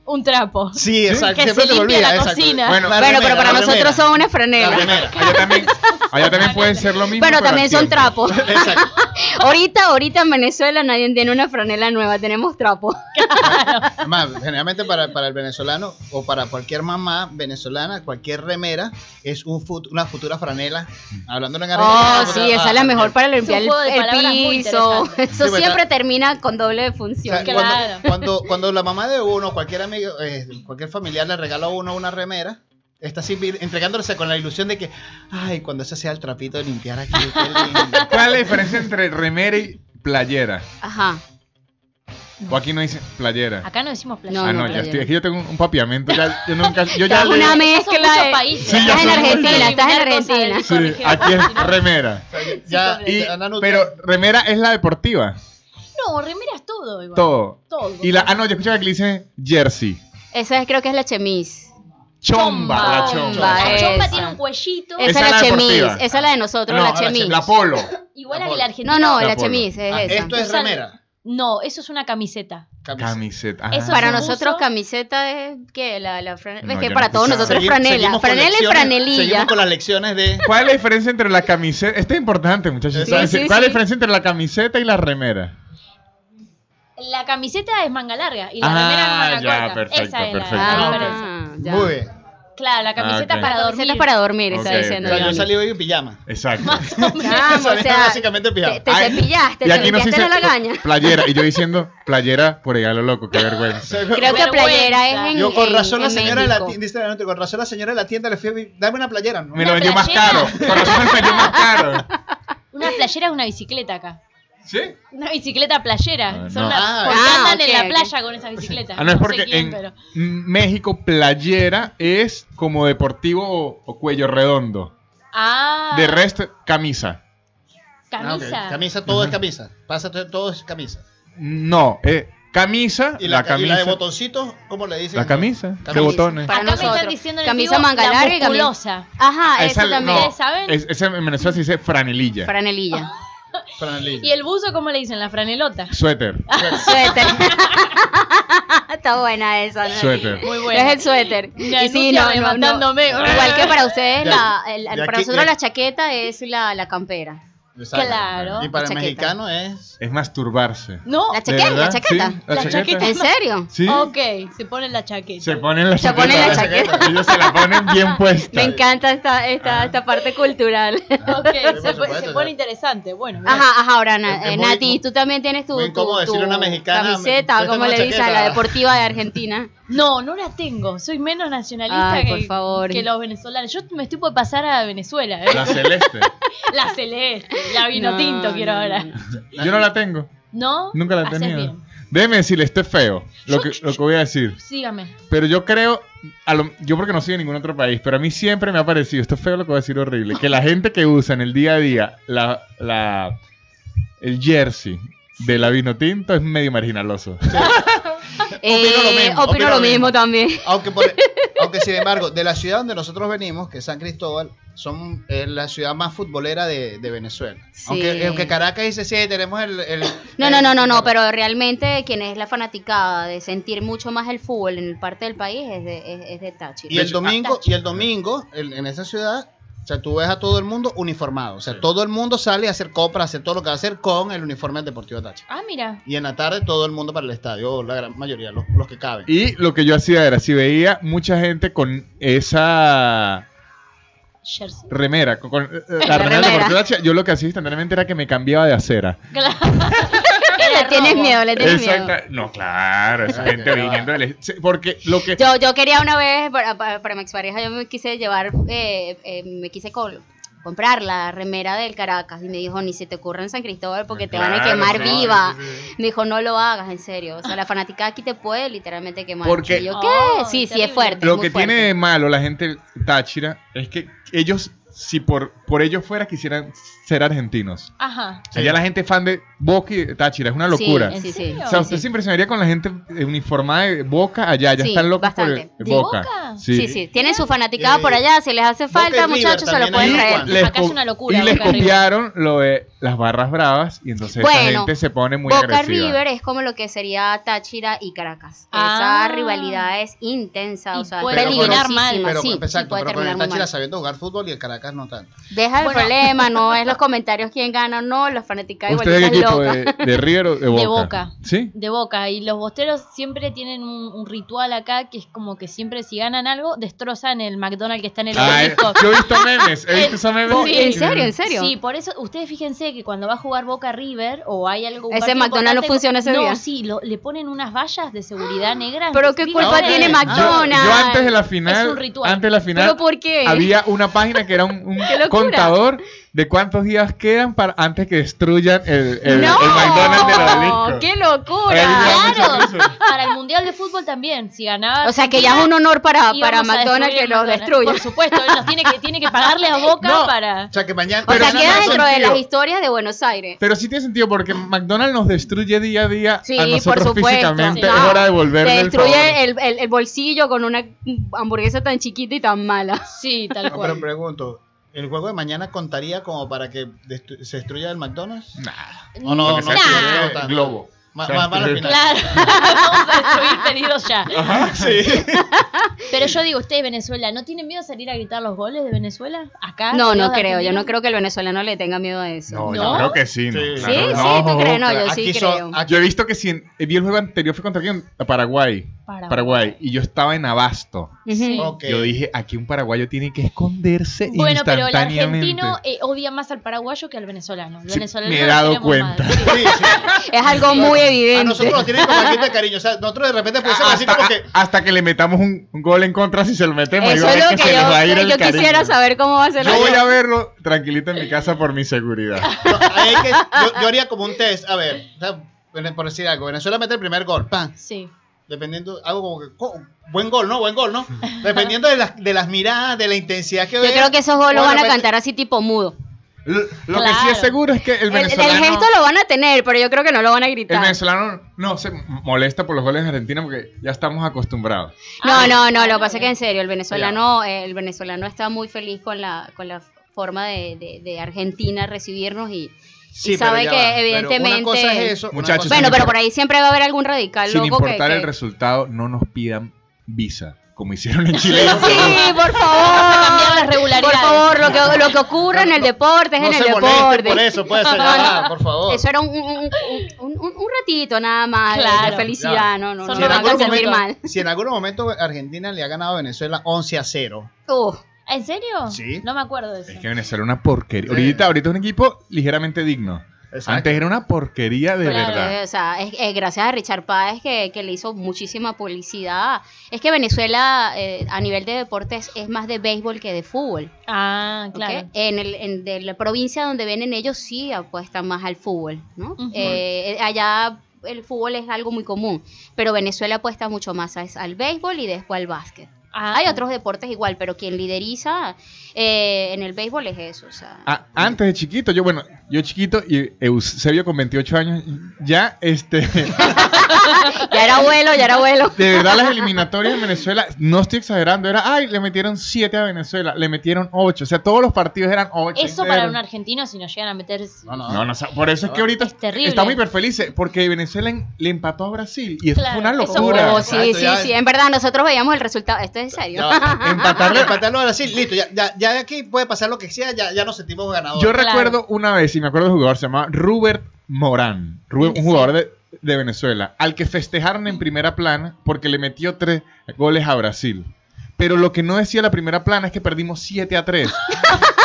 Speaker 5: Un trapo.
Speaker 3: Sí, exacto.
Speaker 5: Que
Speaker 3: siempre
Speaker 5: se
Speaker 3: te lo
Speaker 5: limpia
Speaker 3: olvidas,
Speaker 5: la
Speaker 3: exacto.
Speaker 5: cocina.
Speaker 7: Bueno,
Speaker 3: La
Speaker 6: Bueno,
Speaker 3: remera,
Speaker 6: pero para
Speaker 3: la
Speaker 6: nosotros
Speaker 3: remera.
Speaker 6: son una
Speaker 3: La
Speaker 6: franela.
Speaker 3: remera.
Speaker 7: Allá también, allá también pueden ser lo mismo.
Speaker 6: Pero también
Speaker 7: al
Speaker 6: son
Speaker 7: tiempo.
Speaker 6: trapos.
Speaker 3: Exacto.
Speaker 6: Ahorita, ahorita en Venezuela nadie tiene una franela nueva, tenemos trapos.
Speaker 3: Además, generalmente para, para el venezolano o para cualquier mamá venezolana, cualquier remera es un fut- una futura franela. Hablándolo en
Speaker 6: Oh,
Speaker 3: una
Speaker 6: sí,
Speaker 3: futura-
Speaker 6: esa es la
Speaker 3: ah,
Speaker 6: mejor para
Speaker 5: Es un
Speaker 6: limpiar el,
Speaker 5: juego de
Speaker 6: el
Speaker 5: palabras muy
Speaker 6: piso.
Speaker 5: interesante.
Speaker 6: Eso
Speaker 3: Sí, ¿verdad?
Speaker 6: siempre termina con doble
Speaker 3: O sea,
Speaker 6: función.
Speaker 5: Claro.
Speaker 3: cuando, cuando, cuando la mamá de uno, cualquier amigo, eh, cualquier familiar le regala a uno una remera, está así vi- entregándose con la ilusión de que, ay, cuando ese sea el trapito de limpiar aquí, qué lindo".
Speaker 7: ¿Cuál es la diferencia entre remera y playera?
Speaker 6: Ajá.
Speaker 7: O aquí no dice playera.
Speaker 5: Acá no decimos
Speaker 6: No,
Speaker 7: ah,
Speaker 5: playera.
Speaker 7: no,
Speaker 6: playera.
Speaker 7: ya estoy. Aquí yo tengo un- un papiamento. Ya, yo nunca. Yo ya
Speaker 6: Estás
Speaker 7: le-
Speaker 6: una
Speaker 5: Eso son muchos
Speaker 6: mezcla. de-
Speaker 5: países.
Speaker 7: Sí, ya
Speaker 6: estás en
Speaker 7: son
Speaker 6: Argentina,
Speaker 7: muchos.
Speaker 6: estás en
Speaker 5: Eliminar cosas del
Speaker 6: Argentina.
Speaker 7: Sí,
Speaker 5: corregir,
Speaker 7: aquí
Speaker 5: porque
Speaker 7: es
Speaker 5: si no-
Speaker 7: remera.
Speaker 3: ya,
Speaker 5: Sí,
Speaker 7: Y-
Speaker 3: Ana nunca-
Speaker 7: pero remera es la deportiva.
Speaker 5: No, remeras todo igual.
Speaker 7: Todo.
Speaker 5: Todo.
Speaker 7: Y la, ah, no, yo escuchaba que le dicen jersey.
Speaker 6: Esa es- creo que es la chemise.
Speaker 7: Chomba, la chomba.
Speaker 5: La chomba eh.
Speaker 6: esa.
Speaker 5: tiene un cuellito.
Speaker 7: Esa
Speaker 6: Esa, es la
Speaker 7: es la
Speaker 6: chemise.
Speaker 7: deportiva.
Speaker 6: Esa es la de nosotros,
Speaker 7: No,
Speaker 6: la chemise.
Speaker 7: La polo.
Speaker 5: Igual
Speaker 3: La
Speaker 5: a que
Speaker 3: bola.
Speaker 5: la argentina.
Speaker 6: no, no,
Speaker 7: La
Speaker 6: la,
Speaker 7: polo.
Speaker 6: chemise es
Speaker 3: Ah,
Speaker 6: esa.
Speaker 3: esto es
Speaker 5: Usan-
Speaker 3: remera.
Speaker 5: No, eso es una camiseta.
Speaker 3: Camisa.
Speaker 7: Camiseta. Ah.
Speaker 5: Eso
Speaker 6: Para
Speaker 5: es un
Speaker 6: nosotros
Speaker 5: buzo.
Speaker 6: camiseta es que la, la franela.
Speaker 7: No,
Speaker 6: es que
Speaker 7: yo
Speaker 6: para
Speaker 7: no
Speaker 6: todos
Speaker 7: escuchaba.
Speaker 6: nosotros es
Speaker 3: Seguimos-
Speaker 6: franela.
Speaker 3: seguimos con
Speaker 6: Franela y
Speaker 3: lecciones-
Speaker 6: franelilla.
Speaker 3: Seguimos con las lecciones de.
Speaker 7: ¿Cuál es la diferencia entre la camiseta? Esto es importante, muchachos.
Speaker 3: Sí,
Speaker 7: ¿Cuál es
Speaker 6: sí,
Speaker 7: la
Speaker 6: sí.
Speaker 7: diferencia entre la camiseta y la remera?
Speaker 5: La camiseta es manga larga y la
Speaker 7: Ah,
Speaker 5: remera es manga
Speaker 7: ya,
Speaker 5: corta.
Speaker 7: perfecto,
Speaker 5: Esa es la-
Speaker 7: perfecto.
Speaker 5: la,
Speaker 7: Ah,
Speaker 5: diferencia.
Speaker 6: Ah, ya.
Speaker 3: Muy bien.
Speaker 5: Claro, la camiseta
Speaker 7: Ah, ok.
Speaker 5: para
Speaker 6: Para
Speaker 5: dormir.
Speaker 6: dormir. para dormir,
Speaker 7: Ok,
Speaker 6: está
Speaker 3: O
Speaker 6: diciendo.
Speaker 7: ok.
Speaker 3: sea, yo
Speaker 6: Johnny.
Speaker 3: salí hoy en pijama.
Speaker 7: Exacto.
Speaker 6: Chamo, o
Speaker 3: Salí
Speaker 6: sea,
Speaker 3: básicamente en pijama.
Speaker 6: te, te
Speaker 7: Ay,
Speaker 6: cepillaste,
Speaker 7: Y
Speaker 6: te
Speaker 7: aquí nos
Speaker 6: limpiaste
Speaker 7: dice
Speaker 6: la lagaña.
Speaker 7: playera. Y yo diciendo playera por ahí a lo loco, qué vergüenza.
Speaker 6: Creo que playera es
Speaker 5: Vergüenza.
Speaker 6: en
Speaker 3: Yo con
Speaker 6: en-
Speaker 3: razón la
Speaker 6: en
Speaker 3: señora de la
Speaker 6: México.
Speaker 3: tienda, dice la noche, con razón la señora de la tienda le fui a vi- dame una playera, ¿no?
Speaker 7: Me lo vendió más
Speaker 5: playera.
Speaker 7: caro. Por eso me lo vendió más caro.
Speaker 5: Una playera es una bicicleta acá.
Speaker 7: ¿Sí?
Speaker 5: Una bicicleta playera.
Speaker 7: Ah,
Speaker 5: Son
Speaker 7: no.
Speaker 5: la-
Speaker 3: Ah,
Speaker 5: porque
Speaker 6: ah,
Speaker 5: andan en
Speaker 6: ok,
Speaker 5: la
Speaker 6: ok.
Speaker 5: playa con esa bicicleta.
Speaker 7: Ah, no, es
Speaker 5: sé
Speaker 7: porque
Speaker 5: quién,
Speaker 7: en
Speaker 5: pero-
Speaker 7: México playera es como deportivo o, o cuello redondo.
Speaker 5: Ah,
Speaker 7: De resto, camisa.
Speaker 3: Ah, ok.
Speaker 5: Camisa.
Speaker 3: Camisa, todo es camisa. Pasa to- todo es camisa.
Speaker 7: No, eh, camisa,
Speaker 3: Y
Speaker 7: la,
Speaker 3: la, ca- y
Speaker 7: camisa.
Speaker 3: la de botoncitos, ¿cómo le dicen?
Speaker 7: La camisa, de
Speaker 3: Camisa.
Speaker 7: botones.
Speaker 6: Para
Speaker 5: Acá me
Speaker 6: nosotros.
Speaker 5: están diciendo en el
Speaker 6: Camisa
Speaker 5: vivo,
Speaker 6: manga
Speaker 5: la
Speaker 6: larga y camisa-
Speaker 5: musculosa.
Speaker 6: Ajá, eso
Speaker 7: Esa-
Speaker 6: Ah, también
Speaker 7: no,
Speaker 5: es- ¿saben?
Speaker 7: es- esa en Venezuela se dice franelilla.
Speaker 6: Franelilla.
Speaker 3: franelilla.
Speaker 5: Y el buzo, ¿cómo le dicen? La franelota.
Speaker 7: Suéter.
Speaker 6: Suéter. Está buena esa. ¿no?
Speaker 7: Suéter.
Speaker 5: Muy buena.
Speaker 6: Es el suéter.
Speaker 5: La Nutia levantándome.
Speaker 6: Igual que para ustedes,
Speaker 3: Ya,
Speaker 6: la, el-
Speaker 3: ya
Speaker 6: para
Speaker 3: aquí-
Speaker 6: nosotros
Speaker 3: ya-
Speaker 6: la chaqueta es la, la campera.
Speaker 3: Exacto.
Speaker 5: Claro.
Speaker 3: Y para el
Speaker 6: Chaqueta.
Speaker 3: mexicano es.
Speaker 7: Es masturbarse.
Speaker 5: No.
Speaker 6: La
Speaker 7: ¿De
Speaker 6: chaqueta, la
Speaker 7: verdad?
Speaker 6: chaqueta.
Speaker 7: Sí, la
Speaker 5: La
Speaker 7: chaqueta.
Speaker 5: chaqueta.
Speaker 6: ¿En serio?
Speaker 7: Sí.
Speaker 5: Ok, se pone la chaqueta.
Speaker 7: Se ponen la
Speaker 6: Se ponen la chaqueta.
Speaker 7: Ellos se la ponen bien puesta.
Speaker 6: Me encanta esta,
Speaker 3: Ah.
Speaker 6: esta, esta parte cultural.
Speaker 5: Ok, se,
Speaker 3: por
Speaker 5: po-
Speaker 3: supuesto,
Speaker 5: se pone
Speaker 3: ya.
Speaker 5: interesante. Bueno, mirá.
Speaker 6: Ajá, ajá, ahora Na-
Speaker 3: Es- es
Speaker 6: eh,
Speaker 3: muy-
Speaker 6: Nati, tú también tienes tu,
Speaker 3: muy incómodo
Speaker 6: tu- tu
Speaker 3: decirle a una mexicana,
Speaker 6: camiseta,
Speaker 3: "Me-
Speaker 6: como
Speaker 3: préstame
Speaker 6: le
Speaker 3: la
Speaker 6: dicen a la
Speaker 3: chaqueta".
Speaker 6: deportiva de Argentina.
Speaker 5: No, no la tengo. Soy menos nacionalista
Speaker 6: Ay,
Speaker 5: que,
Speaker 6: por favor.
Speaker 5: que los venezolanos. Yo me estoy por pasar a Venezuela. ¿eh?
Speaker 7: La celeste.
Speaker 5: La celeste, la vino
Speaker 6: No,
Speaker 5: tinto quiero
Speaker 6: no,
Speaker 5: ahora.
Speaker 6: no.
Speaker 7: Yo no la tengo.
Speaker 5: ¿No?
Speaker 7: Nunca la he
Speaker 5: Haces
Speaker 7: tenido.
Speaker 5: bien.
Speaker 7: Déjeme decirle, esto es feo. Lo que, lo que voy a decir.
Speaker 5: Sígame.
Speaker 7: Pero yo creo, a lo- yo porque no soy de ningún otro país, pero a mí siempre me ha parecido, esto es feo lo que voy a decir horrible, que la gente que usa en el día a día la, la, el jersey de la vino tinto es medio marginaloso.
Speaker 6: Eh,
Speaker 3: lo mismo,
Speaker 6: opino lo mismo también.
Speaker 3: Aunque, por- aunque sin embargo, de la ciudad donde nosotros venimos, que es San Cristóbal, son eh, la ciudad más futbolera de, de Venezuela.
Speaker 6: Sí.
Speaker 3: Aunque, aunque Caracas dice, sí, tenemos el... el-
Speaker 6: No,
Speaker 3: el-
Speaker 6: no, no, no, no, pero realmente quien es la fanaticada de sentir mucho más el fútbol en el parte del país es de, es, es de Táchira.
Speaker 3: Y el domingo, y el domingo en, en esa ciudad, o sea, tú ves a todo el mundo uniformado. O sea, todo el mundo sale a hacer compras, a hacer todo lo que va a hacer con el uniforme del Deportivo Táchira.
Speaker 5: Ah, mira.
Speaker 3: Y en la tarde todo el mundo para el estadio, o la gran mayoría, los, los que caben.
Speaker 7: Y lo que yo hacía era, si veía mucha gente con esa
Speaker 5: Jersey.
Speaker 7: remera, con, con, eh, la, remera
Speaker 6: La
Speaker 7: del
Speaker 6: remera.
Speaker 7: Deportivo Táchira, yo lo que hacía instantáneamente era que me cambiaba de acera.
Speaker 6: le tienes miedo, le tienes miedo.
Speaker 7: Exacta- No, claro, esa
Speaker 3: Ah,
Speaker 7: gente
Speaker 3: ya va.
Speaker 7: viniendo del- sí, Porque lo que...
Speaker 6: Yo, yo quería una vez, para, para, para mi expareja, yo me quise llevar, eh, eh, me quise col- comprar la remera del Caracas y me dijo, ni se te ocurra en San Cristóbal porque te van a
Speaker 7: Claro,
Speaker 6: quemar
Speaker 7: no,
Speaker 6: viva.
Speaker 7: sí, sí.
Speaker 6: Me dijo, no lo hagas, en serio. O sea, la fanaticada aquí te puede literalmente quemar.
Speaker 7: Porque-
Speaker 6: Y yo, ¿qué?
Speaker 5: Oh,
Speaker 6: sí, sí, es
Speaker 5: terrible.
Speaker 6: fuerte.
Speaker 7: Lo
Speaker 6: muy
Speaker 7: que
Speaker 6: fuerte.
Speaker 7: tiene de malo la gente Táchira es que ellos, si por, por ellos fuera, quisieran ser argentinos.
Speaker 5: Ajá.
Speaker 3: Sí.
Speaker 7: Allá la gente fan de Boca y Táchira, es una locura.
Speaker 6: Sí, sí, sí.
Speaker 5: serio?
Speaker 7: o sea,
Speaker 5: sí,
Speaker 7: usted se impresionaría con la gente eh, uniformada de Boca allá, ya
Speaker 6: Sí,
Speaker 7: están locos
Speaker 6: bastante.
Speaker 7: por
Speaker 5: ¿De
Speaker 7: eh, Boca.
Speaker 5: Boca?
Speaker 7: Sí.
Speaker 6: Sí, sí, tienen
Speaker 5: Ah.
Speaker 6: su fanaticada
Speaker 3: Eh,
Speaker 6: por allá, si les hace
Speaker 3: Boca y
Speaker 6: falta,
Speaker 3: River
Speaker 6: muchachos, se
Speaker 3: también
Speaker 6: lo
Speaker 7: ¿eh?
Speaker 6: pueden
Speaker 3: hay
Speaker 6: traer.
Speaker 3: igual.
Speaker 7: Les
Speaker 5: Acá es
Speaker 7: co-
Speaker 5: una locura,
Speaker 7: y les
Speaker 5: Boca River.
Speaker 7: copiaron lo de las barras bravas y entonces esa
Speaker 6: Bueno,
Speaker 7: gente se pone muy
Speaker 6: Boca
Speaker 7: agresiva.
Speaker 6: River es como lo que sería Táchira y Caracas.
Speaker 5: Ah.
Speaker 6: Esa rivalidad es intensa,
Speaker 5: Y
Speaker 6: o sea,
Speaker 5: puede
Speaker 6: es
Speaker 5: terminar
Speaker 6: peligrosísima,
Speaker 5: mal.
Speaker 3: Pero,
Speaker 6: sí, sí
Speaker 3: exacto,
Speaker 6: puede
Speaker 3: pero con el
Speaker 6: terminar muy
Speaker 3: Táchira
Speaker 6: mal.
Speaker 3: sabiendo jugar fútbol y el Caracas no tanto.
Speaker 6: Deja el
Speaker 5: Bueno.
Speaker 6: problema, no es los comentarios quién gana o no, los fanáticas
Speaker 7: ¿Usted de qué
Speaker 6: igualitas
Speaker 7: equipo?
Speaker 6: locas.
Speaker 7: De, de River o de Boca?
Speaker 5: Boca.
Speaker 7: ¿Sí?
Speaker 5: De boca. Y los bosteros siempre tienen un, un ritual acá que es como que siempre si ganan algo, destrozan el McDonald's que está en el
Speaker 7: Ah, eh,
Speaker 5: obelisco.
Speaker 7: yo he visto memes, he visto esos memes.
Speaker 5: Sí.
Speaker 6: ¿En serio? ¿En serio?
Speaker 5: Sí, por eso ustedes fíjense que cuando va a jugar Boca River o hay algo. un
Speaker 6: Ese
Speaker 5: partido
Speaker 6: McDonald's no
Speaker 5: importante,
Speaker 6: funciona ese
Speaker 5: no,
Speaker 6: día.
Speaker 5: sí, lo- le ponen unas vallas de seguridad negras.
Speaker 6: Pero qué
Speaker 5: Digo,
Speaker 6: culpa
Speaker 5: eh,
Speaker 6: tiene
Speaker 3: Yo-
Speaker 7: Yo-
Speaker 6: McDonald's.
Speaker 7: Yo, antes de la final,
Speaker 5: Es un ritual.
Speaker 7: antes de la final,
Speaker 6: ¿Pero por qué?
Speaker 7: había una página que era un, un
Speaker 6: ¡Qué locura!
Speaker 7: contador de cuántos días quedan para antes que destruyan el, el,
Speaker 6: no,
Speaker 7: el McDonald's del obelisco.
Speaker 6: ¡Qué
Speaker 7: Ahí
Speaker 6: locura!
Speaker 7: había
Speaker 5: Claro.
Speaker 7: muchos de esos.
Speaker 5: Para el Mundial de Fútbol también, si ganaba.
Speaker 6: O sea que ya es un honor para,
Speaker 5: íbamos
Speaker 6: para
Speaker 5: a
Speaker 6: McDonald's
Speaker 5: destruir
Speaker 6: que los
Speaker 5: McDonald's.
Speaker 6: destruya.
Speaker 5: Por supuesto, él nos tiene que, tiene que pagarle a Boca
Speaker 7: No.
Speaker 5: para.
Speaker 3: O sea, que mañana...
Speaker 6: O
Speaker 7: Pero
Speaker 6: sea,
Speaker 7: no
Speaker 6: queda
Speaker 7: tiene
Speaker 6: dentro de las
Speaker 7: sentido.
Speaker 6: historias de Buenos Aires.
Speaker 7: Pero sí tiene sentido porque McDonald's nos destruye día a día
Speaker 6: Sí,
Speaker 7: a
Speaker 6: por
Speaker 7: nosotros
Speaker 6: supuesto.
Speaker 7: físicamente.
Speaker 6: No,
Speaker 7: Es hora de volver
Speaker 6: Te
Speaker 7: del
Speaker 6: destruye el, el- el bolsillo con una hamburguesa tan chiquita y tan mala.
Speaker 5: Sí, tal
Speaker 3: No,
Speaker 5: cual.
Speaker 3: pero pregunto, ¿el juego de mañana contaría como para que destru- se destruya el McDonald's? ¿O no?
Speaker 7: Porque
Speaker 3: no
Speaker 7: se destruye
Speaker 3: tanto?
Speaker 7: el globo.
Speaker 3: Ma-
Speaker 7: Se
Speaker 3: ma-
Speaker 7: destruye
Speaker 3: mala
Speaker 7: el-
Speaker 3: final.
Speaker 5: Claro, vamos a destruir pedidos ya.
Speaker 3: Ah.
Speaker 7: Ajá, sí.
Speaker 5: Pero yo digo, ustedes, Venezuela, ¿no tienen miedo a salir a gritar los goles de Venezuela? Acá.
Speaker 6: No, no
Speaker 5: los
Speaker 6: creo. Yo
Speaker 5: argentinos.
Speaker 6: no creo que el venezolano le tenga miedo a eso.
Speaker 7: No,
Speaker 5: ¿No?
Speaker 7: yo creo que sí. No,
Speaker 3: Sí.
Speaker 6: Sí,
Speaker 7: claro,
Speaker 6: sí,
Speaker 7: no.
Speaker 6: tú crees. No, yo
Speaker 3: Aquí
Speaker 6: sí
Speaker 3: son-
Speaker 6: creo.
Speaker 3: aquí-
Speaker 7: Yo he visto que si en- vi el juego anterior fue contra quién? Paraguay.
Speaker 5: Paraguay.
Speaker 7: Paraguay. Y yo estaba en Abasto.
Speaker 5: Sí.
Speaker 3: Ok.
Speaker 7: Yo dije, aquí un paraguayo tiene que esconderse
Speaker 5: Bueno, pero el
Speaker 7: instantáneamente.
Speaker 5: argentino eh, odia más al paraguayo que al venezolano. El
Speaker 7: Sí,
Speaker 5: venezolano
Speaker 7: me he
Speaker 5: lo
Speaker 7: dado
Speaker 5: queremos
Speaker 7: cuenta.
Speaker 5: más.
Speaker 3: Sí, sí.
Speaker 6: Es algo muy
Speaker 3: A
Speaker 6: evidente.
Speaker 3: nosotros nos tienen como aquí de cariño. O sea, nosotros de repente pensamos así
Speaker 7: Hasta,
Speaker 3: como pues que...
Speaker 7: hasta que le metamos un, un gol en contra, si se lo metemos,
Speaker 6: Eso
Speaker 7: iba a ver
Speaker 6: es lo que
Speaker 7: se nos va a ir
Speaker 6: yo,
Speaker 7: el
Speaker 6: yo quisiera
Speaker 7: cariño.
Speaker 6: saber cómo va a ser
Speaker 7: Yo
Speaker 6: la-
Speaker 7: voy a verlo tranquilito en mi casa por mi seguridad.
Speaker 3: No, ahí hay que- yo, yo haría como un test. A ver, o sea, por decir algo, Venezuela mete el primer gol, pan.
Speaker 5: Sí.
Speaker 3: Dependiendo, algo como que, co- buen gol, ¿no? Buen gol, ¿no? Dependiendo de las, de las miradas, de la intensidad que pues,
Speaker 7: pues,
Speaker 6: Yo creo que esos goles van a cantar así tipo mudo.
Speaker 7: Lo, lo que sí
Speaker 5: Claro.
Speaker 7: es seguro es que el
Speaker 6: El, el
Speaker 7: venezolano.
Speaker 6: gesto lo van a tener, pero yo creo que no lo van a
Speaker 7: el
Speaker 6: gritar.
Speaker 7: venezolano no se molesta por los goles de Argentina porque ya estamos acostumbrados.
Speaker 6: No,
Speaker 5: Ah,
Speaker 6: no, no, lo
Speaker 5: claro.
Speaker 6: que pasa es que en serio, el venezolano, eh, el venezolano está muy feliz con la, con la forma de, de- de Argentina recibirnos y
Speaker 3: Sí,
Speaker 6: sabe
Speaker 3: pero ya
Speaker 6: que
Speaker 3: va. Pero
Speaker 6: evidentemente-
Speaker 3: Una cosa es eso. una
Speaker 7: Muchachos,
Speaker 3: cosa-
Speaker 6: bueno,
Speaker 7: sin
Speaker 6: pero
Speaker 7: import-
Speaker 6: por ahí siempre va a haber algún radical
Speaker 7: Sin
Speaker 6: loco que-
Speaker 7: importar
Speaker 6: que,
Speaker 7: el resultado, no nos pidan visa, como hicieron en Chile.
Speaker 6: Sí, por
Speaker 5: Cambiar las
Speaker 6: favor. Por
Speaker 5: regularidades.
Speaker 6: favor, lo que, lo que ocurre en el deporte es
Speaker 3: no
Speaker 6: en el
Speaker 3: se molesten
Speaker 6: deporte.
Speaker 3: por eso, pues,
Speaker 6: No,
Speaker 3: ya
Speaker 6: no.
Speaker 3: va, por favor.
Speaker 6: Eso era un, un- un- un- un ratito nada más de- de
Speaker 5: Claro.
Speaker 6: felicidad, no, no,
Speaker 5: Son
Speaker 6: no,
Speaker 3: si,
Speaker 6: me
Speaker 3: en
Speaker 5: los
Speaker 6: hagan
Speaker 3: algún
Speaker 5: momentos-
Speaker 6: sentir
Speaker 3: momento,
Speaker 6: mal.
Speaker 3: si en algún momento Argentina le ha ganado a Venezuela 11 a 0.
Speaker 6: Uf.
Speaker 5: ¿En serio?
Speaker 3: Sí.
Speaker 5: No me acuerdo de eso.
Speaker 7: Es que Venezuela era una
Speaker 3: Sí.
Speaker 7: porquería. Ahorita, ahorita es un equipo ligeramente digno.
Speaker 3: Exacto.
Speaker 7: Antes era una porquería de
Speaker 6: Claro,
Speaker 7: verdad.
Speaker 6: eh, o sea, es, es gracias a Richard Páez que, que le hizo muchísima publicidad. Es que Venezuela eh, a nivel de deportes es más de béisbol que de fútbol.
Speaker 5: Ah,
Speaker 6: ¿ok?
Speaker 5: claro.
Speaker 6: En, el, en de la provincia donde vienen ellos sí apuestan más al fútbol. ¿no?
Speaker 5: Ujú.
Speaker 6: Eh, allá el fútbol es algo muy común, pero Venezuela apuesta mucho más a- al béisbol y después al básquet.
Speaker 5: Ah.
Speaker 6: Hay otros deportes igual, pero quien lideriza eh, en el béisbol es eso. O sea,
Speaker 7: A- Ah, antes de chiquito, yo bueno, yo chiquito y Eusebio con 28 años, ya este,
Speaker 6: ya era abuelo, ya era abuelo.
Speaker 7: de verdad las eliminatorias en Venezuela, no estoy exagerando, era, ay, le metieron 7 a Venezuela, le metieron 8, o sea, todos los partidos eran 8.
Speaker 5: Eso para un argentino, si nos llegan a meter.
Speaker 3: No, no.
Speaker 7: No, no, o sea, por eso es que ahorita
Speaker 5: Es terrible.
Speaker 7: estamos hiper felices, porque Venezuela en- le empató a Brasil y eso
Speaker 5: Claro,
Speaker 7: fue una
Speaker 5: eso
Speaker 7: locura.
Speaker 6: Oh, sí,
Speaker 3: Exacto,
Speaker 6: sí,
Speaker 3: ya-
Speaker 6: sí. En verdad, nosotros veíamos el resultado. Esto es en serio.
Speaker 3: Ya va.
Speaker 7: Empatarle,
Speaker 3: Empatarlo a Brasil, listo. Ya, ya, ya de aquí puede pasar lo que sea, ya, ya nos sentimos ganadores.
Speaker 7: Yo recuerdo una vez, y me acuerdo de un jugador, se llamaba Rubert Morán. Rubén, un jugador de, de Venezuela, al que festejaron en primera plana porque le metió tres goles a Brasil. Pero lo que no decía la primera plana es que perdimos 7 a 3.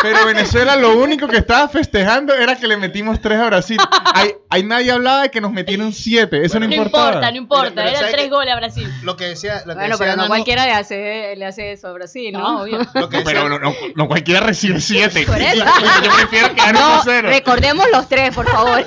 Speaker 7: Pero Venezuela lo único que estaba festejando era que le metimos 3 a Brasil. Ahí, ahí nadie hablaba de que nos metieron 7. Eso
Speaker 5: No
Speaker 7: no importaba.
Speaker 5: importa, no importa.
Speaker 3: Pero- pero
Speaker 5: Eran
Speaker 3: ¿sabes
Speaker 5: tres
Speaker 3: qué?
Speaker 5: goles a Brasil.
Speaker 3: Lo que decía. Lo que decía
Speaker 6: Bueno, pero no
Speaker 3: Nano-
Speaker 6: cualquiera le hace, le hace eso a Brasil,
Speaker 5: No,
Speaker 6: ¿no?
Speaker 5: obvio.
Speaker 3: Lo que
Speaker 8: No,
Speaker 3: decía,
Speaker 8: pero no, no, no cualquiera recibe 7.
Speaker 6: Por eso.
Speaker 8: Yo prefiero quedar
Speaker 6: No,
Speaker 8: 1-0.
Speaker 6: recordemos los tres, por favor.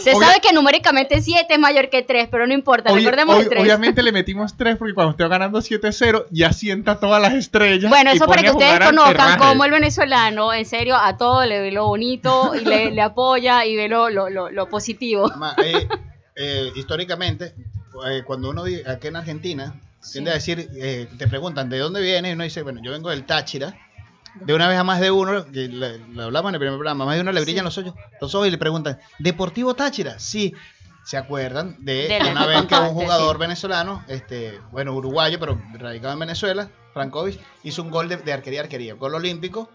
Speaker 6: Se
Speaker 7: Obvia-
Speaker 6: sabe que numéricamente 7 es mayor que 3, pero no importa,
Speaker 7: Obvi-
Speaker 6: recordemos
Speaker 7: ob-
Speaker 6: los 3.
Speaker 7: Obviamente le metimos 3 porque cuando estoy ganando 7-0 ya sienta todas las estrellas.
Speaker 6: Bueno,
Speaker 7: y
Speaker 6: eso para
Speaker 7: pone
Speaker 6: que
Speaker 7: a
Speaker 6: ustedes
Speaker 7: jugar al
Speaker 6: conozcan
Speaker 7: Ferrari.
Speaker 6: cómo el venezolano, en serio, a todo le ve lo bonito y le, le apoya y ve lo, lo, lo, lo positivo.
Speaker 3: ma- eh, eh, históricamente, eh, cuando uno vive aquí en Argentina, tiende a decir, eh, te preguntan de dónde vienes, y uno dice, bueno, yo vengo del Táchira. De una vez a más de uno, que le- lo hablamos en el primer programa, más de uno le brillan los ojos, los ojos y le preguntan, ¿Deportivo Táchira? Sí. ¿Se acuerdan de,
Speaker 6: De la
Speaker 3: una vez que un
Speaker 6: contaste,
Speaker 3: jugador venezolano, este, bueno, uruguayo, pero radicado en Venezuela, Frankovic, hizo un gol de, de arquería a arquería, gol olímpico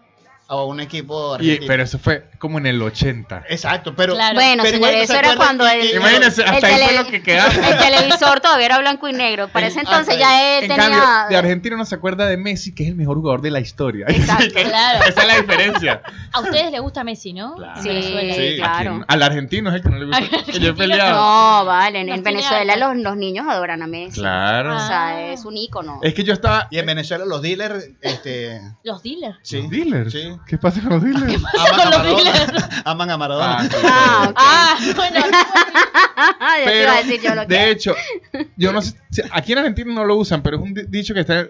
Speaker 3: a un equipo
Speaker 7: Y-
Speaker 3: argentino?
Speaker 7: pero eso fue como en el 80.
Speaker 3: Exacto, pero
Speaker 5: Claro.
Speaker 6: Bueno,
Speaker 3: Pero
Speaker 6: señores,
Speaker 3: igual no
Speaker 6: eso
Speaker 3: se
Speaker 6: era
Speaker 3: acuerdan
Speaker 6: cuando
Speaker 3: que-
Speaker 6: el,
Speaker 3: que-
Speaker 7: Imagínense,
Speaker 6: el
Speaker 7: hasta ahí fue
Speaker 6: tele-
Speaker 7: lo que quedaba.
Speaker 6: el televisor todavía era blanco y negro. Para ese
Speaker 3: En-
Speaker 6: entonces
Speaker 3: ah,
Speaker 6: ya él
Speaker 7: En
Speaker 6: tenía...
Speaker 7: cambio, de Argentina no se acuerda de Messi, que es el mejor jugador de la historia.
Speaker 6: Exacto.
Speaker 5: Claro.
Speaker 8: Esa es la diferencia.
Speaker 5: A ustedes les gusta Messi, ¿no? En
Speaker 6: Sí,
Speaker 5: Venezuela.
Speaker 7: Sí,
Speaker 6: claro.
Speaker 7: ¿a quién? Al argentino es el que no le
Speaker 5: Al
Speaker 7: gusta. Que yo he
Speaker 5: argentino
Speaker 7: peleado.
Speaker 6: No, vale, en, en
Speaker 5: Martín
Speaker 6: Venezuela
Speaker 5: Alto.
Speaker 6: los, los niños adoran a Messi.
Speaker 7: Claro.
Speaker 6: O
Speaker 5: Ah.
Speaker 6: sea, es un ícono.
Speaker 7: Es que yo estaba.
Speaker 6: Eh.
Speaker 3: Y en Venezuela los dealers, este,
Speaker 5: Los dealers.
Speaker 3: sí,
Speaker 7: ¿Los dealers?
Speaker 3: Sí.
Speaker 7: ¿Qué pasa con los dealers?
Speaker 3: aman,
Speaker 5: Con
Speaker 3: a
Speaker 5: los
Speaker 3: Maradona, aman a Maradona.
Speaker 7: Ah, sí.
Speaker 6: Ah,
Speaker 5: Ah, bueno.
Speaker 6: ya te
Speaker 7: Pero,
Speaker 6: iba a decir yo lo que...
Speaker 7: de hecho, yo no sé. si- Aquí en Argentina no lo usan, pero es un di- dicho que está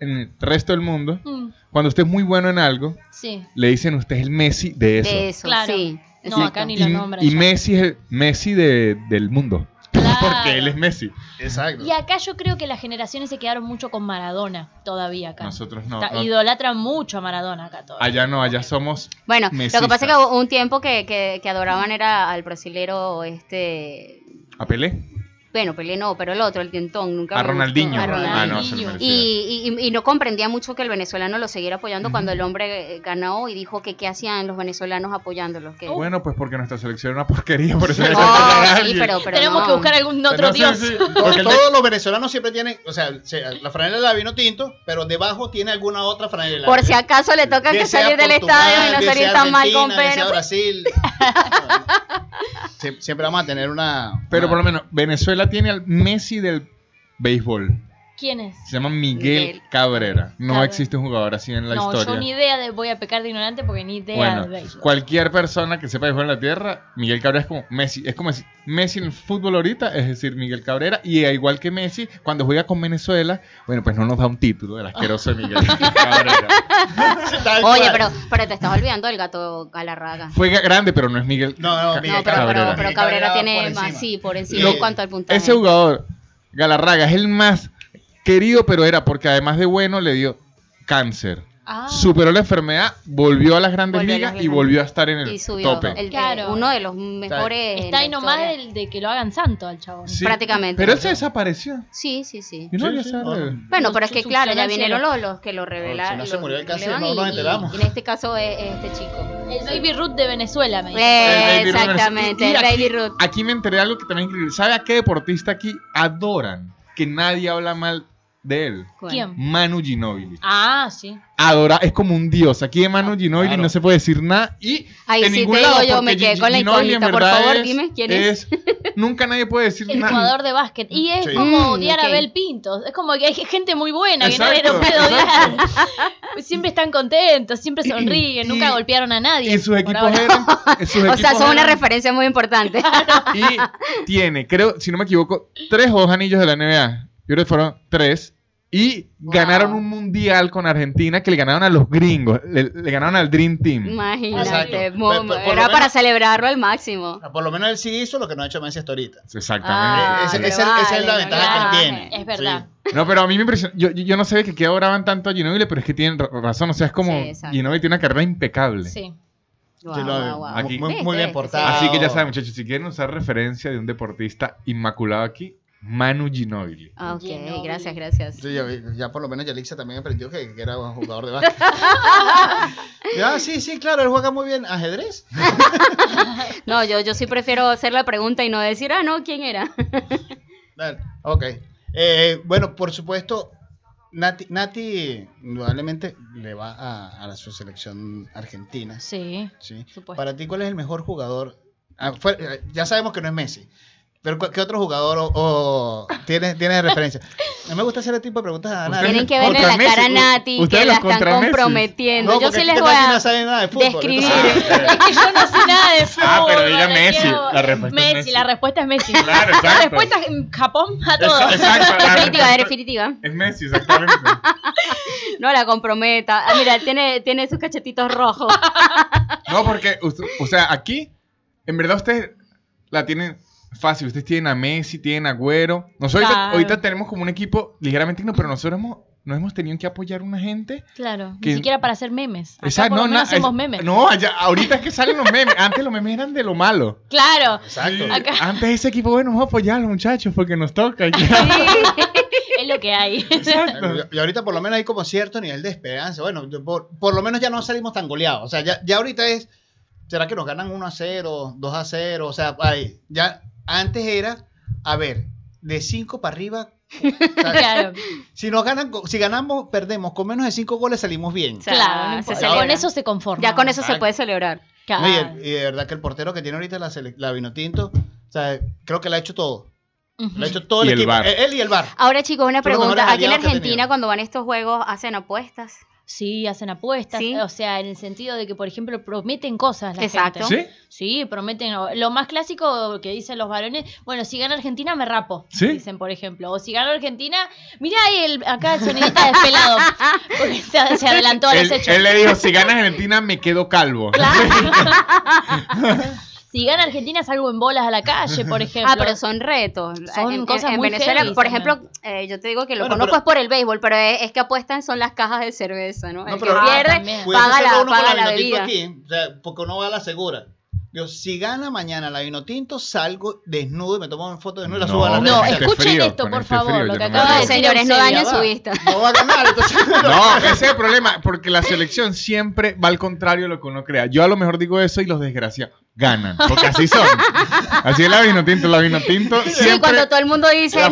Speaker 7: en el resto del mundo.
Speaker 5: Mm,
Speaker 7: Cuando usted es muy bueno en algo,
Speaker 5: Sí.
Speaker 7: le dicen usted es el Messi de eso.
Speaker 6: de eso,
Speaker 5: Claro.
Speaker 6: sí.
Speaker 5: No,
Speaker 6: exacto.
Speaker 5: acá ni
Speaker 7: Y,
Speaker 5: lo nombran.
Speaker 7: y
Speaker 5: ya.
Speaker 7: Messi es el Messi de- del mundo.
Speaker 6: Ah,
Speaker 5: Claro.
Speaker 7: Porque él es Messi.
Speaker 3: Exacto.
Speaker 5: Y acá yo creo que las generaciones se quedaron mucho con Maradona todavía acá.
Speaker 7: Nosotros no.
Speaker 5: Está-
Speaker 7: no-
Speaker 5: Idolatran mucho a Maradona acá todavía.
Speaker 7: Allá no, allá somos.
Speaker 6: Bueno, lo
Speaker 7: Mesista.
Speaker 6: que pasa es que hubo un tiempo que, que, que adoraban era al brasilero este...
Speaker 7: ¿A Pelé?
Speaker 6: Bueno, Pelé no, pero el otro, el Tientón, nunca
Speaker 7: A
Speaker 6: me gustó.
Speaker 7: Ronaldinho.
Speaker 6: A Ronaldinho.
Speaker 7: Ah, no, se lo merecía.
Speaker 6: Y, y- y no comprendía mucho que el venezolano lo siguiera apoyando cuando el hombre eh, ganó y dijo que qué hacían los venezolanos apoyándolos. Que...
Speaker 3: Oh.
Speaker 7: Bueno, pues porque nuestra selección era una porquería, por eso le
Speaker 6: No,
Speaker 7: sacan a
Speaker 6: sí,
Speaker 7: alguien.
Speaker 6: pero, pero
Speaker 5: Tenemos
Speaker 6: no.
Speaker 5: que buscar algún otro
Speaker 7: No sé,
Speaker 5: dios.
Speaker 7: sí,
Speaker 3: To-
Speaker 7: porque el de-
Speaker 3: todos los venezolanos siempre tienen, o sea, se- la franela de la vino tinto, pero debajo tiene alguna otra franela.
Speaker 6: Por si acaso le toca
Speaker 3: Bien
Speaker 6: que
Speaker 3: sea
Speaker 6: salir del
Speaker 3: Portugal,
Speaker 6: estadio y no
Speaker 3: bien
Speaker 6: salir
Speaker 3: sea
Speaker 6: tan mal
Speaker 3: Argentina,
Speaker 6: con
Speaker 3: bien sea
Speaker 6: pena.
Speaker 3: Brasil. Sie- siempre vamos a tener una.
Speaker 7: pero por lo
Speaker 3: una-
Speaker 7: menos Venezuela tiene al Messi del béisbol.
Speaker 5: ¿Quién es?
Speaker 7: Se llama Miguel,
Speaker 6: Miguel
Speaker 7: Cabrera. No
Speaker 5: Cabrera.
Speaker 7: existe un jugador así en la
Speaker 5: no,
Speaker 7: historia.
Speaker 5: yo ni idea de voy a pecar de ignorante porque ni idea de
Speaker 7: Bueno,
Speaker 5: béisbol.
Speaker 7: cualquier persona que sepa de jugar en la tierra, Miguel Cabrera es como Messi. Es como decir, Messi en el fútbol ahorita, es decir, Miguel Cabrera. Y al igual que Messi, cuando juega con Venezuela, bueno, pues no nos da un título del asqueroso de Miguel Cabrera.
Speaker 6: Oye, pero, pero te estás olvidando del gato Galarraga.
Speaker 7: Fue grande, pero no es Miguel.
Speaker 3: No, no, Miguel
Speaker 6: No, pero, pero-
Speaker 7: Cabrera.
Speaker 6: pero
Speaker 3: Miguel
Speaker 6: Cabrera
Speaker 3: Cabrera
Speaker 6: tiene
Speaker 3: por encima.
Speaker 6: más, sí, por encima en
Speaker 7: Lo-
Speaker 6: cuanto al puntaje.
Speaker 7: Ese jugador, Galarraga, es el más querido, pero era porque además de bueno le dio cáncer.
Speaker 5: Ah,
Speaker 7: Superó la enfermedad, volvió a las grandes
Speaker 6: Volvió a las
Speaker 7: ligas y
Speaker 6: grandes
Speaker 7: volvió a estar en
Speaker 3: Mm,
Speaker 7: el
Speaker 6: y subió
Speaker 7: tope.
Speaker 6: el- el-
Speaker 5: Claro.
Speaker 6: uno de los mejores. en
Speaker 5: está
Speaker 6: la
Speaker 5: ahí nomás
Speaker 6: historia.
Speaker 5: el de que lo hagan santo al chabón.
Speaker 7: Sí,
Speaker 6: prácticamente.
Speaker 7: Pero él se desapareció.
Speaker 6: Sí, sí, sí.
Speaker 7: Y no
Speaker 3: Sí,
Speaker 7: ya
Speaker 3: sí,
Speaker 7: sabe.
Speaker 3: no.
Speaker 6: Bueno,
Speaker 5: Su-
Speaker 6: pero es que
Speaker 5: su-
Speaker 6: claro, ya
Speaker 5: subsanancia
Speaker 6: vienen
Speaker 5: lo-
Speaker 6: los, los que lo revelaron.
Speaker 3: Mm. Oh, no se
Speaker 6: los-
Speaker 3: murió el cáncer,
Speaker 6: revelaron
Speaker 3: no
Speaker 6: y-
Speaker 3: nos
Speaker 6: y-
Speaker 3: enteramos.
Speaker 6: y en este caso es, es este chico.
Speaker 5: El baby Ruth de Venezuela, me dice.
Speaker 6: Eh,
Speaker 7: El Baby Ruth.
Speaker 6: exactamente,
Speaker 7: Y- y
Speaker 6: el
Speaker 7: aquí-
Speaker 6: Baby Ruth.
Speaker 7: Aquí me enteré de algo que también es increíble. ¿Sabe a qué deportista aquí adoran? Que nadie habla mal de él.
Speaker 5: ¿Quién?
Speaker 7: Manu Ginobili.
Speaker 5: Ah, sí.
Speaker 7: Adora, es como un dios. Aquí de Manu Ginobili
Speaker 3: claro.
Speaker 7: no se puede decir nada. Y
Speaker 6: Ahí
Speaker 7: en
Speaker 6: Ah, sí
Speaker 7: ningún
Speaker 6: te digo
Speaker 7: lado,
Speaker 6: yo, me
Speaker 7: porque
Speaker 6: quedé
Speaker 7: Gi-
Speaker 6: con la
Speaker 7: Ginobili en
Speaker 6: incógnita. Por
Speaker 7: verdad
Speaker 6: favor,
Speaker 7: es-
Speaker 6: dime quién es.
Speaker 7: nunca nadie puede decir
Speaker 5: El
Speaker 7: nada.
Speaker 5: jugador de básquet. Y es
Speaker 3: Sí.
Speaker 5: como
Speaker 6: Mm,
Speaker 5: odiar
Speaker 6: ok.
Speaker 5: a Bel Pinto. Es como que hay gente muy buena que
Speaker 7: Exacto,
Speaker 5: no puede odiar.
Speaker 7: exacto.
Speaker 5: Siempre están contentos, siempre sonríen,
Speaker 7: Y-
Speaker 5: nunca golpearon a nadie.
Speaker 7: Y sus
Speaker 5: por
Speaker 7: equipos
Speaker 5: ahora.
Speaker 7: eran. sus
Speaker 6: O sea,
Speaker 7: equipos
Speaker 6: son una
Speaker 7: eran-
Speaker 6: referencia muy importante.
Speaker 7: Y tiene, creo, si no me equivoco, tres o dos anillos de la NBA. Yo creo que fueron tres. Y ganaron un mundial con Argentina que le ganaron a los gringos. Le, le ganaron al Dream Team.
Speaker 6: Imagínate,
Speaker 3: Exacto.
Speaker 6: mo-
Speaker 3: Por- por- por lo
Speaker 6: era para
Speaker 3: menos- Ah,
Speaker 6: celebrarlo al máximo.
Speaker 3: Por lo menos él sí hizo lo que no ha hecho Messi hasta ahorita. Eh,
Speaker 7: Exactamente.
Speaker 3: ese-
Speaker 6: Ah, pero
Speaker 3: esa es- esa es la
Speaker 6: no
Speaker 3: ventaja que él
Speaker 6: viajes.
Speaker 3: tiene.
Speaker 5: Es verdad.
Speaker 7: No, pero a mí me impresionó. Yo, yo- yo no sabía que aquí adoraban tanto a Ginobili, pero es que tienen ra- razón. O sea, es como
Speaker 6: Sí, exacto.
Speaker 7: Ginobili tiene una carrera impecable.
Speaker 5: Sí.
Speaker 6: Guau,
Speaker 3: Sí, lo-
Speaker 6: guau, guau.
Speaker 7: Aquí-
Speaker 3: Muy, muy
Speaker 6: Viste,
Speaker 3: bien
Speaker 6: sí.
Speaker 3: portado.
Speaker 7: Así que ya saben, muchachos, si quieren usar referencia de un deportista inmaculado aquí, Manu Ginobili.
Speaker 6: Ah,
Speaker 5: Ginobili.
Speaker 6: Ok, gracias, gracias.
Speaker 3: Sí, ya, ya por lo menos Yalixa también aprendió que, que era un jugador de básquet. ya, sí, sí, claro, él juega muy bien ajedrez.
Speaker 6: No, yo, yo sí prefiero hacer la pregunta y no decir, ah, no, ¿quién era?
Speaker 3: Claro, ok. Eh, bueno, por supuesto, Nati, Nati indudablemente le va a, a la- su selección argentina.
Speaker 5: Sí.
Speaker 3: ¿sí?
Speaker 6: Supuesto.
Speaker 3: Para ti, ¿cuál es el mejor jugador? Ah, fue- eh, ya sabemos que no es Messi. Pero ¿cu- ¿qué otro jugador o, o tienes, tienes de referencia? No me gusta hacer el tipo de preguntas a nadie.
Speaker 6: Tienen que verle
Speaker 7: Contra
Speaker 6: la cara a
Speaker 7: Messi. U-
Speaker 6: Nati,
Speaker 7: ustedes
Speaker 6: que
Speaker 7: los
Speaker 6: la están
Speaker 7: contra Messi.
Speaker 6: comprometiendo. yo
Speaker 3: porque
Speaker 6: sí les
Speaker 3: Nati
Speaker 6: voy
Speaker 3: no
Speaker 6: a
Speaker 3: sabe nada de fútbol,
Speaker 6: describir.
Speaker 3: entonces-
Speaker 5: Es que yo no sé nada de fútbol.
Speaker 8: Ah, pero era
Speaker 5: no
Speaker 8: Messi.
Speaker 5: quiero-
Speaker 8: La respuesta es
Speaker 5: Messi,
Speaker 8: Messi.
Speaker 5: la respuesta es Messi.
Speaker 8: Claro,
Speaker 5: La
Speaker 8: exacto.
Speaker 5: respuesta es mm, Japón a todo.
Speaker 8: Exacto, la
Speaker 6: Definitiva,
Speaker 8: respuesta-
Speaker 6: definitiva.
Speaker 8: Es Messi, exactamente.
Speaker 6: No la comprometa. Ah, mira, tiene, tiene sus cachetitos rojos.
Speaker 7: No, porque, us- o sea, aquí, en verdad ustedes la tienen fácil. Ustedes tienen a Messi, tienen a Agüero. Nosotros ahorita-
Speaker 5: Claro.
Speaker 7: ahorita tenemos como un equipo ligeramente no, pero nosotros hemos, no hemos tenido que apoyar a una gente.
Speaker 5: Claro,
Speaker 7: Que-
Speaker 5: ni siquiera para hacer memes. Acá
Speaker 7: Esa-
Speaker 5: por lo
Speaker 7: na-
Speaker 5: menos hacemos
Speaker 7: es-
Speaker 5: memes.
Speaker 7: No, allá, ahorita es que salen los memes. Antes los memes eran de lo malo.
Speaker 5: Claro,
Speaker 3: Exacto.
Speaker 5: Acá-
Speaker 7: Antes ese equipo, bueno, vamos a apoyar a los muchachos porque nos toca.
Speaker 5: es lo que hay.
Speaker 3: Exacto. Y ahorita por lo menos hay como cierto nivel de esperanza. Bueno, yo por, por lo menos ya no salimos tan goleados. O sea, ya, ya ahorita es, ¿será que nos ganan 1 a 0, 2 a 0? O sea, ahí. Ya antes era, a ver, de 5 para arriba. o sea,
Speaker 5: Claro,
Speaker 3: Si nos ganan, co- si ganamos, perdemos. Con menos de 5 goles salimos bien.
Speaker 6: Sí. sea,
Speaker 5: claro. no
Speaker 6: se
Speaker 5: importa.
Speaker 6: celebra.
Speaker 5: con eso se conforma.
Speaker 6: Ya con eso se
Speaker 3: Exacto.
Speaker 6: puede celebrar.
Speaker 5: Claro.
Speaker 3: No, y, el- y de verdad que el portero que tiene ahorita la, sele- la Vinotinto, o sea, creo que la ha hecho todo.
Speaker 5: Ujú.
Speaker 3: La ha hecho todo el,
Speaker 7: Y el
Speaker 3: equipo.
Speaker 7: VAR.
Speaker 3: Él él y el bar.
Speaker 6: Ahora, chicos, una
Speaker 3: Son los mejores
Speaker 6: pregunta. Aquí en
Speaker 3: aliados que he
Speaker 6: Argentina,
Speaker 3: tenido.
Speaker 6: cuando van a estos juegos, hacen apuestas.
Speaker 5: Sí, hacen apuestas,
Speaker 6: Sí.
Speaker 5: o sea, en el sentido de que, por ejemplo, prometen cosas la
Speaker 6: Exacto.
Speaker 5: gente.
Speaker 7: ¿Sí?
Speaker 5: Sí, prometen. Lo más clásico que dicen los varones, bueno, si gana Argentina me rapo,
Speaker 7: ¿Sí?
Speaker 5: dicen, por ejemplo. O si gana Argentina, mira el, acá el sonidista despelado, porque se, se adelantó a
Speaker 7: Él,
Speaker 5: los hechos.
Speaker 7: él le dijo, si gana Argentina me quedo calvo.
Speaker 5: Si gana Argentina salgo en bolas a la calle, por ejemplo.
Speaker 6: Ah, pero son retos.
Speaker 5: Son
Speaker 6: en, en-
Speaker 5: cosas
Speaker 6: en
Speaker 5: muy
Speaker 6: Venezuela,
Speaker 5: heavy
Speaker 6: por
Speaker 5: también.
Speaker 6: ejemplo, eh, yo te digo que lo
Speaker 3: Bueno,
Speaker 6: conozco
Speaker 3: pero-
Speaker 6: es por el béisbol, pero es, es que apuestan son las cajas de cerveza, ¿no?
Speaker 3: No,
Speaker 6: el
Speaker 3: pero-
Speaker 6: que
Speaker 3: Ah,
Speaker 6: pierde
Speaker 5: también.
Speaker 3: Pudiese
Speaker 6: paga
Speaker 3: hacerlo
Speaker 6: la,
Speaker 3: uno con
Speaker 6: paga
Speaker 3: la
Speaker 6: la
Speaker 3: Vinotinto
Speaker 6: bebida.
Speaker 3: aquí, o sea, porque uno va a la segura. Yo, si gana mañana la Vinotinto, salgo desnudo y me tomo una foto desnudo y la subo a la red
Speaker 5: No,
Speaker 3: social.
Speaker 5: escuchen
Speaker 7: frío,
Speaker 5: esto,
Speaker 7: con
Speaker 5: por
Speaker 7: este
Speaker 5: favor,
Speaker 7: frío,
Speaker 5: lo
Speaker 7: yo
Speaker 5: que
Speaker 7: me
Speaker 5: acaba
Speaker 7: atrevo.
Speaker 5: de
Speaker 6: Ay,
Speaker 5: decir.
Speaker 6: señores, no
Speaker 5: serio,
Speaker 6: dañen
Speaker 5: va.
Speaker 6: su vista.
Speaker 3: No va a ganar, entonces.
Speaker 7: No, ese es el problema, porque la selección siempre va al contrario de lo que uno crea. Yo a lo mejor digo eso y los desgraciados ganan, porque así son. Así es la vino tinto, la vino tinto
Speaker 6: Sí,
Speaker 7: siempre.
Speaker 6: cuando todo el mundo dice,
Speaker 7: la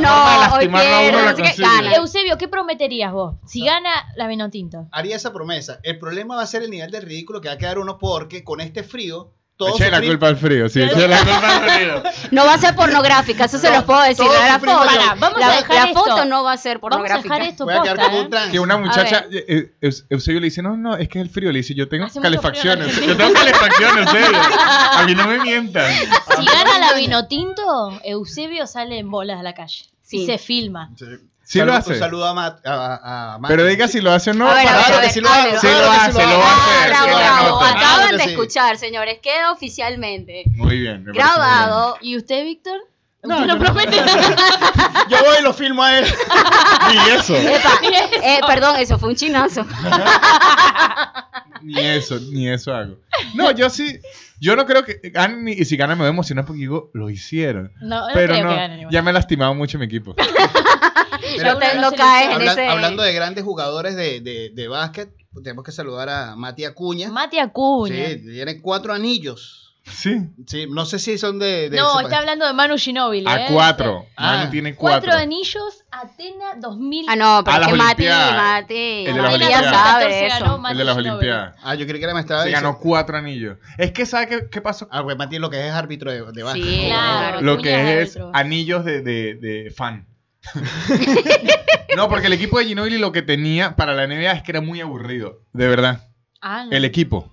Speaker 7: forma de
Speaker 6: no, hoy
Speaker 7: lastimarlo a uno
Speaker 6: pierde,
Speaker 7: la
Speaker 6: no sé qué,
Speaker 7: consigue.
Speaker 6: gana.
Speaker 5: Eusebio, ¿qué prometerías vos? Si gana la Vinotinto.
Speaker 3: Haría esa promesa. El problema va a ser el nivel de ridículo que va a quedar uno porque con este frío todos
Speaker 7: Eché la
Speaker 3: sufrimos-
Speaker 7: culpa al frío, sí, eché la
Speaker 8: La culpa del sonido.
Speaker 6: No va a ser pornográfica, eso se
Speaker 3: No,
Speaker 6: los puedo decir.
Speaker 3: todos
Speaker 6: La
Speaker 3: sufrimos.
Speaker 6: foto,
Speaker 5: Pará, vamos
Speaker 6: la,
Speaker 5: a dejar
Speaker 6: la
Speaker 5: esto.
Speaker 6: foto no va a
Speaker 5: Vamos
Speaker 6: ser
Speaker 5: a
Speaker 6: pornográfica.
Speaker 5: dejar esto
Speaker 3: Voy a quedar
Speaker 5: posta,
Speaker 3: como
Speaker 5: ¿eh?
Speaker 3: un trance.
Speaker 7: Que una muchacha,
Speaker 6: A
Speaker 7: eh, eh, Eus- Eusebio le dice, no, no, es que es el frío. Le dice, yo tengo
Speaker 5: Hace mucho
Speaker 7: calefacciones.
Speaker 5: frío en
Speaker 8: Yo tengo calefacción, en serio. A mí no me mientan.
Speaker 5: Si gana la Vinotinto, Eusebio sale en bolas a la calle.
Speaker 6: Sí.
Speaker 5: Y se filma.
Speaker 7: Sí
Speaker 3: Saludo-
Speaker 7: lo hace.
Speaker 3: Un saludo a Matt. A, a- a Matt.
Speaker 7: Pero diga si lo hace o no.
Speaker 6: A ver, a
Speaker 7: para-
Speaker 6: ver, a
Speaker 3: Claro que
Speaker 6: ver,
Speaker 3: sí lo
Speaker 6: a ver.
Speaker 3: hace.
Speaker 7: Sí lo
Speaker 3: claro que
Speaker 7: hace, lo hace.
Speaker 6: Bravo,
Speaker 7: sí lo
Speaker 6: bravo.
Speaker 7: anota.
Speaker 3: Claro
Speaker 6: Acaban
Speaker 3: que
Speaker 6: de
Speaker 3: sí.
Speaker 6: escuchar, señores. Queda oficialmente
Speaker 7: Muy bien. me parece muy
Speaker 6: grabado.
Speaker 5: ¿Y usted, Víctor?
Speaker 3: No, yo
Speaker 5: Usted no,
Speaker 3: no.
Speaker 5: promete.
Speaker 3: Yo voy y lo filmo a él.
Speaker 7: bien. Ni eso.
Speaker 6: Epa, eh, perdón, eso fue un chinazo.
Speaker 7: Ni eso, ni eso hago. No, yo sí. Yo no creo que ganen. ni- Y si ganan me voy a emocionar porque digo, lo hicieron.
Speaker 5: No, no
Speaker 7: Pero
Speaker 5: creo
Speaker 7: no,
Speaker 5: que ganen igual.
Speaker 7: ya me ha lastimado mucho mi equipo.
Speaker 6: No, te-
Speaker 5: uno
Speaker 6: no
Speaker 5: se
Speaker 6: caes en
Speaker 5: ilusiona.
Speaker 3: Habla-
Speaker 6: ese.
Speaker 3: Hablando de grandes jugadores de, de, de básquet, tenemos que saludar a Mati Acuña.
Speaker 5: Mati Acuña.
Speaker 3: Sí, tiene cuatro anillos.
Speaker 7: Sí.
Speaker 3: Sí, no sé si son de. de-
Speaker 5: no,
Speaker 3: sepa-
Speaker 5: está hablando de Manu Ginóbili.
Speaker 7: A
Speaker 5: ¿eh?
Speaker 7: cuatro.
Speaker 3: Ah.
Speaker 7: Manu tiene
Speaker 5: Cuatro
Speaker 7: cuatro.
Speaker 5: anillos, Atena 2000.
Speaker 6: Ah, no,
Speaker 7: A
Speaker 6: pero es
Speaker 7: las
Speaker 6: que Mati,
Speaker 7: Olimpiadas.
Speaker 6: Mati.
Speaker 7: El de las
Speaker 6: Mati ya
Speaker 7: Olimpiadas.
Speaker 6: sabe
Speaker 5: Ganó,
Speaker 6: eso.
Speaker 5: Manu
Speaker 7: El de las
Speaker 5: Ginóbili.
Speaker 7: Olimpiadas.
Speaker 3: Ah, yo creo que era me estaba
Speaker 7: Se ganó
Speaker 3: diciendo.
Speaker 7: cuatro anillos. Es que, ¿sabe qué, qué pasó?
Speaker 3: Ah, porque Mati lo que es árbitro de, de básquet.
Speaker 6: Sí,
Speaker 5: Claro.
Speaker 7: Lo que es
Speaker 5: árbitro.
Speaker 7: anillos de, de- de fan. no, porque el equipo de Ginobili lo que tenía para la NBA es que era muy aburrido. De verdad.
Speaker 5: Ah, no.
Speaker 7: El equipo.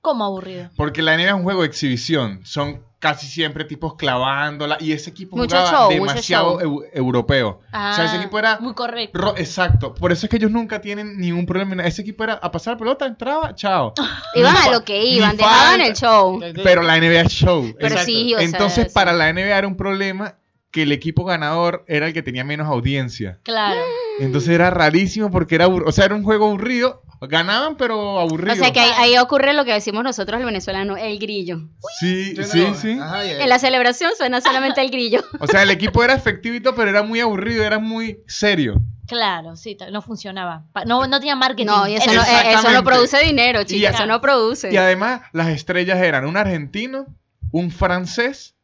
Speaker 5: ¿Cómo aburrido?
Speaker 7: Porque la NBA es un juego de exhibición. Son casi siempre tipos clavándola. Y ese equipo
Speaker 6: Mucho
Speaker 7: jugaba
Speaker 6: show, mucho
Speaker 7: demasiado eu- europeo.
Speaker 5: Ah,
Speaker 7: o sea, ese equipo era.
Speaker 5: Muy correcto.
Speaker 7: ro- Exacto, por eso es que ellos nunca tienen ningún problema. Ese equipo era a pasar pelota, entraba, chao.
Speaker 6: Iban
Speaker 7: Ni
Speaker 6: a
Speaker 7: fa-
Speaker 6: lo que
Speaker 7: ni
Speaker 6: iban,
Speaker 3: Ah,
Speaker 6: dejaban
Speaker 7: falta.
Speaker 6: el show.
Speaker 7: Pero la NBA es show.
Speaker 6: Pero
Speaker 7: Exacto.
Speaker 6: sí, o sea,
Speaker 7: Entonces,
Speaker 6: sí.
Speaker 7: para la NBA era un problema que el equipo ganador era el que tenía menos audiencia.
Speaker 5: Claro.
Speaker 7: Entonces era rarísimo porque era aburrido. O sea, era un juego aburrido. Ganaban, pero aburrido.
Speaker 6: O sea que ahí, ahí ocurre lo que decimos nosotros el venezolano, el grillo.
Speaker 7: Sí,
Speaker 3: Yo no-
Speaker 7: sí, sí.
Speaker 3: Ajá, ya-
Speaker 6: En la celebración suena solamente el grillo.
Speaker 7: O sea, el equipo era efectivito, pero era muy aburrido, era muy serio.
Speaker 5: Claro, sí, ta- no funcionaba. Pa- No, no tenía marketing.
Speaker 6: No, y eso
Speaker 5: Era-
Speaker 6: no, eh, eso no
Speaker 7: Exactamente.
Speaker 6: produce dinero, chicas,
Speaker 7: Y-
Speaker 6: eso no produce.
Speaker 7: Y además, las estrellas eran un argentino, un francés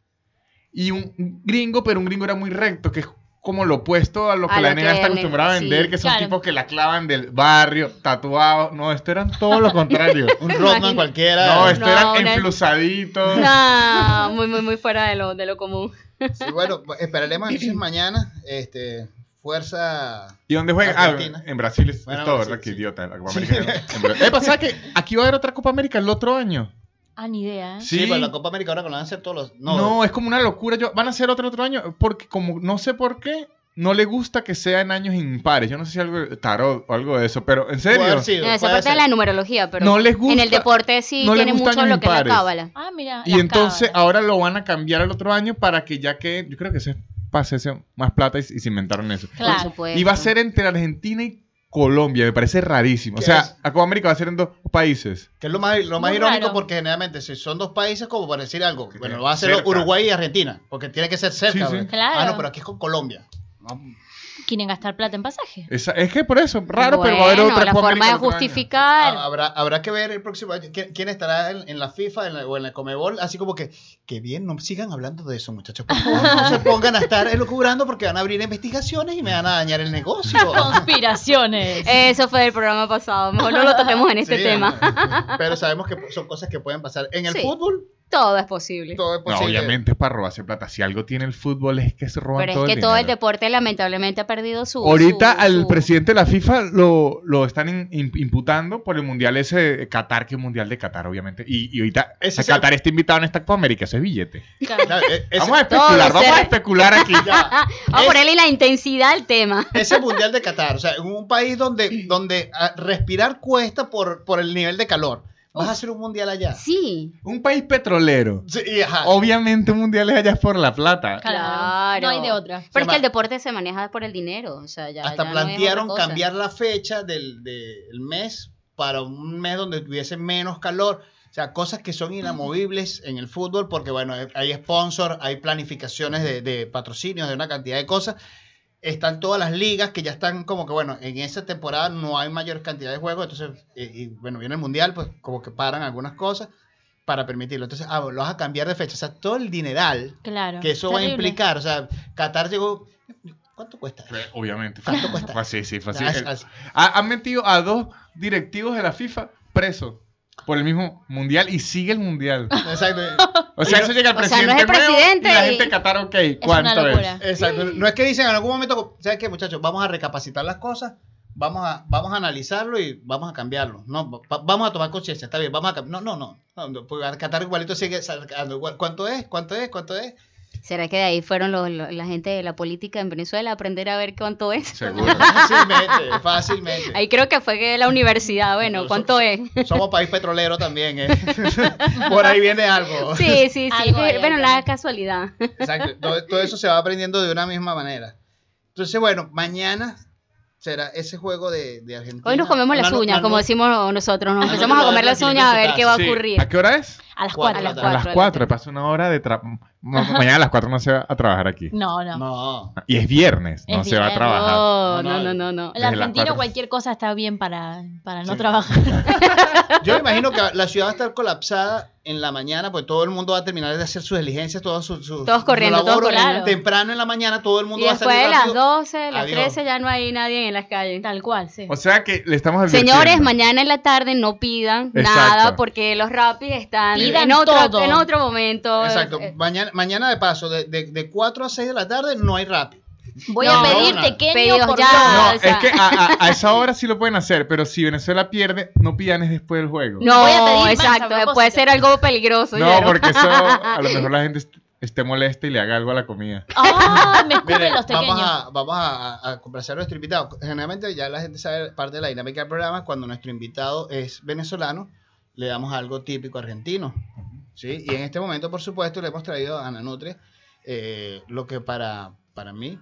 Speaker 7: y un gringo, pero un gringo era muy recto, que es como lo opuesto a lo que
Speaker 6: A
Speaker 7: la
Speaker 6: lo
Speaker 7: NBA
Speaker 6: que
Speaker 7: está
Speaker 6: el-
Speaker 7: acostumbrada a
Speaker 6: sí,
Speaker 7: vender, que son
Speaker 5: claro.
Speaker 7: tipos que la clavan del barrio, tatuados. No, esto eran todo lo contrario.
Speaker 3: Un Rodman cualquiera.
Speaker 7: No, este- esto
Speaker 6: No,
Speaker 7: eran
Speaker 6: una-
Speaker 7: enflusaditos.
Speaker 6: No, muy, muy, muy fuera de lo, de lo común.
Speaker 3: Sí, bueno, pues, esperaremos entonces mañana. Este, fuerza.
Speaker 7: ¿Y dónde juegan? Ah,
Speaker 3: Argentina.
Speaker 7: en Brasil es, es
Speaker 3: Bueno,
Speaker 7: todo,
Speaker 3: Brasil,
Speaker 7: ¿verdad? Qué
Speaker 3: sí.
Speaker 7: idiota. La Copa América. no. En Brasil. Eh, pasa que aquí va a haber otra Copa América el otro año.
Speaker 5: Ah, ni idea. ¿eh?
Speaker 3: Sí, pero la Copa América ahora con la van a hacer todos los.
Speaker 7: No,
Speaker 3: No,
Speaker 7: es como una locura. Yo, van a hacer otro otro año porque como no sé por qué no le gusta que sea en años impares. Yo no sé si algo tarot o algo de eso, pero en
Speaker 3: puede
Speaker 7: serio.
Speaker 3: haber sido,
Speaker 6: No, esa
Speaker 3: puede
Speaker 6: parte de
Speaker 3: ser.
Speaker 6: la numerología, pero
Speaker 7: No les gusta-
Speaker 6: en el deporte sí
Speaker 7: no les
Speaker 6: tiene
Speaker 7: gustan
Speaker 6: mucho
Speaker 7: los
Speaker 6: lo que es la
Speaker 7: impares.
Speaker 6: cábala.
Speaker 5: Ah, mira.
Speaker 7: Y
Speaker 5: las
Speaker 7: entonces ah,
Speaker 5: cabras.
Speaker 7: ahora lo van a cambiar al otro año para que ya que yo creo que se pase ese- más plata y, y se inventaron eso.
Speaker 5: Claro.
Speaker 6: Por supuesto.
Speaker 7: Y va a ser entre Argentina y Colombia, me parece rarísimo. O
Speaker 3: ¿Qué
Speaker 7: sea,
Speaker 3: es?
Speaker 7: la Copa América va a ser en dos países.
Speaker 3: Que es lo más, lo más
Speaker 5: Muy
Speaker 3: irónico
Speaker 5: raro.
Speaker 3: porque generalmente si son dos países como para decir algo. Bueno, va a ser
Speaker 8: Cerca.
Speaker 3: Uruguay y Argentina. Porque tiene que ser cerca.
Speaker 7: Sí, sí.
Speaker 3: ¿verdad?
Speaker 5: Claro.
Speaker 3: Ah, no, pero aquí es con Colombia. No,
Speaker 5: Quieren gastar plata en pasaje.
Speaker 7: Esa- es que por eso, raro, pero va a haber
Speaker 6: Bueno,
Speaker 7: otra
Speaker 6: la
Speaker 7: Copa
Speaker 6: forma
Speaker 7: América
Speaker 6: de
Speaker 7: el otro año.
Speaker 6: justificar.
Speaker 3: Ah, Habrá, habrá que ver el próximo año quién, quién estará en, en la FIFA en la- o en la Comebol, así como que, que bien, no sigan hablando de eso, muchachos. Por favor, no se pongan a estar elucubrando porque van a abrir investigaciones y me van a dañar el negocio.
Speaker 5: Conspiraciones.
Speaker 6: Eso fue del programa pasado. Mejor no lo toquemos en este
Speaker 3: Sí,
Speaker 6: tema.
Speaker 3: Pero sabemos que son cosas que pueden pasar. En el
Speaker 6: Sí.
Speaker 3: fútbol,
Speaker 6: Todo es posible.
Speaker 3: todo es
Speaker 7: No,
Speaker 3: posible.
Speaker 7: obviamente es para robarse plata. Si algo tiene el fútbol es que se roban
Speaker 6: Pero es
Speaker 7: todo
Speaker 6: que
Speaker 7: el
Speaker 6: todo el
Speaker 7: dinero.
Speaker 6: deporte lamentablemente ha perdido su.
Speaker 7: Ahorita
Speaker 6: su-
Speaker 7: al
Speaker 6: su-
Speaker 7: presidente de la FIFA lo, lo están in- in- imputando por el mundial ese de Qatar, que es mundial de Qatar, obviamente. Y, y ahorita
Speaker 3: Ese
Speaker 7: a
Speaker 3: es el-
Speaker 7: Qatar está invitado en esta Copa América, ese billete.
Speaker 3: Claro, e- ese-
Speaker 7: Vamos a
Speaker 6: Todo
Speaker 7: especular,
Speaker 6: se
Speaker 7: vamos a
Speaker 6: re-
Speaker 7: especular aquí.
Speaker 3: ya.
Speaker 6: Vamos a
Speaker 3: Es-
Speaker 6: ponerle la intensidad al tema.
Speaker 3: Ese mundial de Qatar, o sea, en un país donde, donde ah, respirar cuesta por, por el nivel de calor. Vas a hacer un mundial allá.
Speaker 6: Sí.
Speaker 7: Un país petrolero.
Speaker 3: Sí, y ajá.
Speaker 7: Obviamente un mundial es allá es por la plata.
Speaker 5: Claro. No hay de otra.
Speaker 6: Pero es
Speaker 3: llama-
Speaker 6: que el deporte se maneja por el dinero. O sea, ya,
Speaker 3: Hasta
Speaker 6: ya no es otra
Speaker 3: plantearon
Speaker 6: cosa.
Speaker 3: cambiar la fecha del, del mes para un mes donde tuviese menos calor. O sea, cosas que son inamovibles en el fútbol porque, bueno, eh, hay sponsor, hay planificaciones de, de patrocinios, de una cantidad de cosas. Están todas las ligas que ya están como que, bueno, en esa temporada no hay mayor cantidad de juegos. Entonces, eh, y, bueno, viene el Mundial, pues como que paran algunas cosas para permitirlo. Entonces, ah, lo vas a cambiar de fecha. O sea, todo el dineral
Speaker 5: Claro.
Speaker 3: que eso va a
Speaker 5: Terrible.
Speaker 3: implicar. O sea, Qatar llegó... ¿Cuánto cuesta?
Speaker 7: Pero, Obviamente.
Speaker 3: ¿Cuánto cuesta?
Speaker 7: Fue así, sí, fue así.
Speaker 3: Ah, es-
Speaker 7: Ha- Han metido a dos directivos de la FIFA presos. por el mismo mundial y sigue el mundial.
Speaker 3: Exacto.
Speaker 7: O sea, eso llega al
Speaker 6: O sea,
Speaker 7: presidente,
Speaker 6: no es
Speaker 7: nuevo
Speaker 6: el presidente
Speaker 7: y la
Speaker 6: y-
Speaker 7: gente de Qatar, ok,
Speaker 5: Es una
Speaker 7: ¿cuánto es?
Speaker 5: locura.
Speaker 3: Exacto. No es que dicen en algún momento, ¿sabes qué, muchachos? Vamos a recapacitar las cosas, vamos a, vamos a analizarlo y vamos a cambiarlo. No, va- vamos a tomar conciencia, está bien, vamos a cam- No, no, no. no, no, porque a Qatar igualito sigue sacando igual. ¿Cuánto es? ¿Cuánto es? ¿Cuánto es?
Speaker 6: ¿Será que de ahí fueron los- los- la gente de la política en Venezuela a aprender a ver cuánto es?
Speaker 7: Seguro.
Speaker 3: Fácilmente, fácilmente.
Speaker 6: Ahí creo que fue que la universidad, bueno,
Speaker 3: Nosotros-
Speaker 6: ¿cuánto es?
Speaker 3: Somos país petrolero también, ¿eh? Por ahí viene algo.
Speaker 6: Sí, sí, sí.
Speaker 5: Algo hay ahí
Speaker 6: Bueno,
Speaker 5: también.
Speaker 6: la casualidad.
Speaker 3: Exacto. Todo, todo eso se va aprendiendo de una misma manera. Entonces, bueno, mañana será ese juego de, de Argentina.
Speaker 6: Hoy nos comemos las
Speaker 3: Manu-
Speaker 6: uñas,
Speaker 3: Manu-
Speaker 6: como decimos nosotros. Nos
Speaker 3: Manu-
Speaker 6: empezamos a comer las
Speaker 3: Manu-
Speaker 6: uñas a ver qué va a
Speaker 7: Sí.
Speaker 6: ocurrir.
Speaker 7: ¿A qué hora es?
Speaker 5: A las
Speaker 3: Cuatro
Speaker 5: 4.
Speaker 6: A las
Speaker 7: A las
Speaker 6: Cuatro de la
Speaker 7: 4,
Speaker 6: tarde.
Speaker 7: pasa una hora de tra- ma- Mañana a las 4 no se va a trabajar aquí.
Speaker 5: No, no.
Speaker 3: No.
Speaker 7: Y es viernes, no
Speaker 5: Es
Speaker 7: se va a
Speaker 5: viernes.
Speaker 7: trabajar.
Speaker 3: No,
Speaker 6: No, no,
Speaker 3: no,
Speaker 6: no, no, no.
Speaker 5: El
Speaker 7: Desde las
Speaker 5: argentino
Speaker 7: cuatro.
Speaker 5: cualquier cosa está bien para, para no
Speaker 3: Sí.
Speaker 5: trabajar.
Speaker 3: Yo me imagino que la ciudad va a estar colapsada en la mañana, pues todo el mundo va a terminar de hacer sus diligencias, todos sus. sus-
Speaker 6: Todos
Speaker 3: su
Speaker 6: corriendo, todos
Speaker 3: labor.
Speaker 6: corriendo.
Speaker 3: Temprano en la mañana todo el
Speaker 6: Y
Speaker 3: mundo va a
Speaker 6: después
Speaker 3: salir.
Speaker 6: de las
Speaker 3: rápido.
Speaker 6: 12, las
Speaker 3: Adiós.
Speaker 6: 13 ya no hay nadie en las calles.
Speaker 5: Tal cual, sí.
Speaker 7: O sea que le estamos advirtiendo.
Speaker 6: Señores, mañana en la tarde no pidan
Speaker 7: Exacto.
Speaker 6: nada porque los rapis están
Speaker 5: Pidan
Speaker 6: en otro,
Speaker 5: todo.
Speaker 6: en otro momento.
Speaker 3: Exacto.
Speaker 6: Eh,
Speaker 3: Mañana, mañana de paso, de, de, de 4 a 6 de la tarde no hay rap.
Speaker 5: Voy
Speaker 6: No,
Speaker 5: a pedir
Speaker 3: no, no.
Speaker 5: pequeño
Speaker 6: Pedidos
Speaker 5: por
Speaker 6: ya.
Speaker 5: favor.
Speaker 7: No,
Speaker 6: o sea-
Speaker 7: es que a, a- a esa hora sí lo pueden hacer, pero si Venezuela pierde, no pidan es después del juego.
Speaker 6: No,
Speaker 5: Voy a pedir más a
Speaker 6: exacto.
Speaker 5: propósito.
Speaker 6: puede ser algo peligroso.
Speaker 7: No,
Speaker 6: ¿oyeron?
Speaker 7: porque eso a lo mejor la gente est- esté molesta y le haga algo a la comida.
Speaker 5: Ah, me
Speaker 3: Miren,
Speaker 5: escupen los
Speaker 3: vamos
Speaker 5: pequeños.
Speaker 3: a, vamos a, a complacer a nuestro invitado. Generalmente ya la gente sabe parte de la dinámica del programa. Cuando nuestro invitado es venezolano, le damos algo típico argentino. ¿sí? Y en este momento, por supuesto, le hemos traído a Ana Nutria eh, lo que para, para mí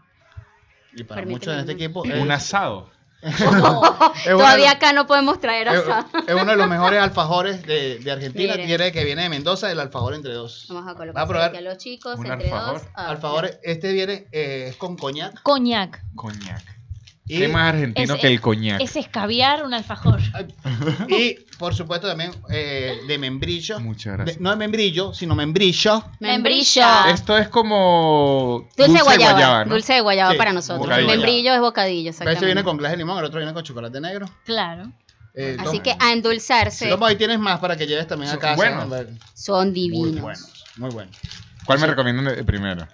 Speaker 3: y para
Speaker 6: Permíteme,
Speaker 3: muchos en este
Speaker 6: Ana.
Speaker 3: equipo es,
Speaker 7: Un asado.
Speaker 3: es Eh, uno de
Speaker 6: Todavía
Speaker 3: los-
Speaker 6: acá no podemos traer
Speaker 3: es-
Speaker 6: asado.
Speaker 3: es uno de los mejores alfajores de, de Argentina.
Speaker 6: Miren.
Speaker 3: Tiene que viene de Mendoza, el alfajor entre dos.
Speaker 6: Vamos a
Speaker 3: Va
Speaker 6: colocar
Speaker 3: a probar
Speaker 6: aquí a los chicos
Speaker 7: un
Speaker 6: entre
Speaker 7: alfajor.
Speaker 6: dos. Ah,
Speaker 3: alfajores. Este viene eh, es con coñac.
Speaker 5: Coñac.
Speaker 7: Coñac.
Speaker 3: Y
Speaker 7: ¿Qué más argentino
Speaker 5: Es-
Speaker 7: que el coñac?
Speaker 5: Es escabiar un alfajor.
Speaker 3: Y por supuesto también eh, de membrillo.
Speaker 7: Muchas
Speaker 3: De-
Speaker 7: gracias.
Speaker 3: no de membrillo, sino membrillo.
Speaker 6: Membrillo.
Speaker 7: Esto es como
Speaker 6: Dulce, de guayaba,
Speaker 7: ¿no?
Speaker 6: dulce de guayaba
Speaker 3: Sí,
Speaker 6: para nosotros.
Speaker 7: bocadillo.
Speaker 6: Membrillo es
Speaker 3: Ese
Speaker 6: bocadillo, exactamente.
Speaker 3: viene con glass de limón, el otro viene con chocolate negro.
Speaker 5: Claro.
Speaker 3: Eh,
Speaker 6: Así
Speaker 3: toma-
Speaker 6: que a endulzarse
Speaker 3: toma, ahí tienes más para que lleves también a
Speaker 7: Son
Speaker 3: casa.
Speaker 7: buenos.
Speaker 3: Muy
Speaker 6: son divinos.
Speaker 3: buenos, muy buenos.
Speaker 7: ¿Cuál me recomiendan de- primero?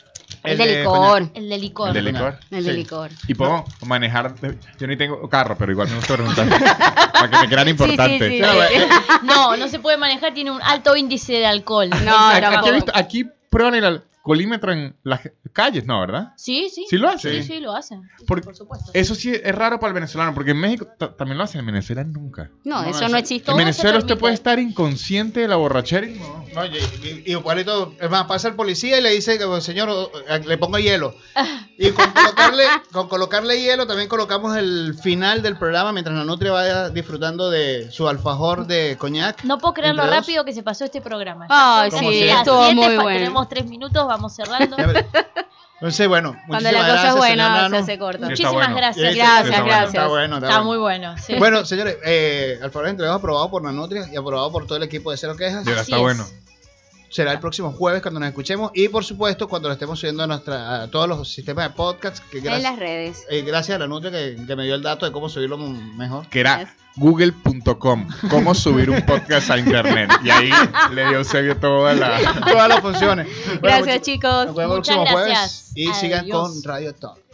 Speaker 6: El,
Speaker 3: de
Speaker 6: de licor,
Speaker 5: El de licor.
Speaker 7: ¿El de
Speaker 3: Coñac.
Speaker 7: licor?
Speaker 6: el de
Speaker 3: Sí.
Speaker 6: licor.
Speaker 7: Y puedo manejar. Yo ni tengo carro, pero igual me gusta preguntar. para que me crean importante.
Speaker 6: Sí, sí, sí.
Speaker 3: No, eh,
Speaker 5: No, no se puede manejar, tiene un alto índice de alcohol.
Speaker 6: No,
Speaker 7: Aquí,
Speaker 6: tampoco.
Speaker 7: he visto- aquí prueban el alcoholímetro en las calles, ¿no? ¿Verdad?
Speaker 5: Sí, sí.
Speaker 7: Sí lo hacen.
Speaker 5: Sí, sí, lo hacen. Sí, sí,
Speaker 7: Por- eh,
Speaker 5: Por, supuesto.
Speaker 7: Eso sí es raro para el venezolano, porque en México ta- también lo hacen, en Venezuela nunca.
Speaker 6: No,
Speaker 3: No,
Speaker 6: eso
Speaker 3: eso-
Speaker 6: no existe.
Speaker 5: Todo
Speaker 7: en
Speaker 5: se
Speaker 7: Venezuela usted
Speaker 5: permite.
Speaker 7: puede estar inconsciente de la borrachera y no.
Speaker 3: no, y- y- igualito, es más, pasa el policía y le dice, que, señor, o- o- le pongo hielo. Y con colocarle, con colocarle hielo también colocamos el final del programa mientras la nutria vaya disfrutando de su alfajor de coñac.
Speaker 5: No puedo creer lo
Speaker 3: Entre dos.
Speaker 5: rápido que se pasó este programa.
Speaker 6: Ay,
Speaker 3: Como
Speaker 6: sí,
Speaker 3: sea.
Speaker 5: Las
Speaker 6: estuvo
Speaker 5: siete,
Speaker 6: muy
Speaker 5: pa-
Speaker 6: bueno.
Speaker 5: Tenemos tres minutos, vamos cerrando.
Speaker 3: Ya ve- Entonces, bueno,
Speaker 6: Cuando
Speaker 3: muchísimas
Speaker 6: la cosa
Speaker 3: gracias,
Speaker 6: es
Speaker 3: señor
Speaker 6: buena, se
Speaker 3: Nano.
Speaker 6: hace corta.
Speaker 7: Sí,
Speaker 5: Muchísimas
Speaker 7: bueno.
Speaker 5: gracias.
Speaker 6: Gracias,
Speaker 7: Está bueno.
Speaker 6: gracias.
Speaker 3: este, Está bueno, está,
Speaker 5: Está
Speaker 3: bueno.
Speaker 5: muy bueno, sí.
Speaker 3: Bueno, señores, eh, Alfaro entre dos aprobado por Nanutria y aprobado por todo el equipo de Cero Quejas.
Speaker 7: De verdad,
Speaker 5: Así
Speaker 7: está
Speaker 5: es.
Speaker 7: bueno.
Speaker 3: Será el próximo jueves cuando nos escuchemos y, por supuesto, cuando lo estemos subiendo a, nuestra, a todos los sistemas de podcast. Que
Speaker 6: En las
Speaker 3: gracias,
Speaker 6: redes.
Speaker 3: eh, gracias a la Nutria que, que me dio el dato de cómo subirlo m- mejor.
Speaker 7: Que era google.com, cómo subir un podcast a internet. Y ahí le dio Eusebio toda la.
Speaker 3: Todas las funciones. Bueno,
Speaker 6: Gracias,
Speaker 3: muchas-
Speaker 6: chicos.
Speaker 3: Nos vemos el
Speaker 5: Muchas
Speaker 3: próximo
Speaker 5: gracias.
Speaker 3: jueves y sigan
Speaker 5: Adiós.
Speaker 3: con Radio Talk.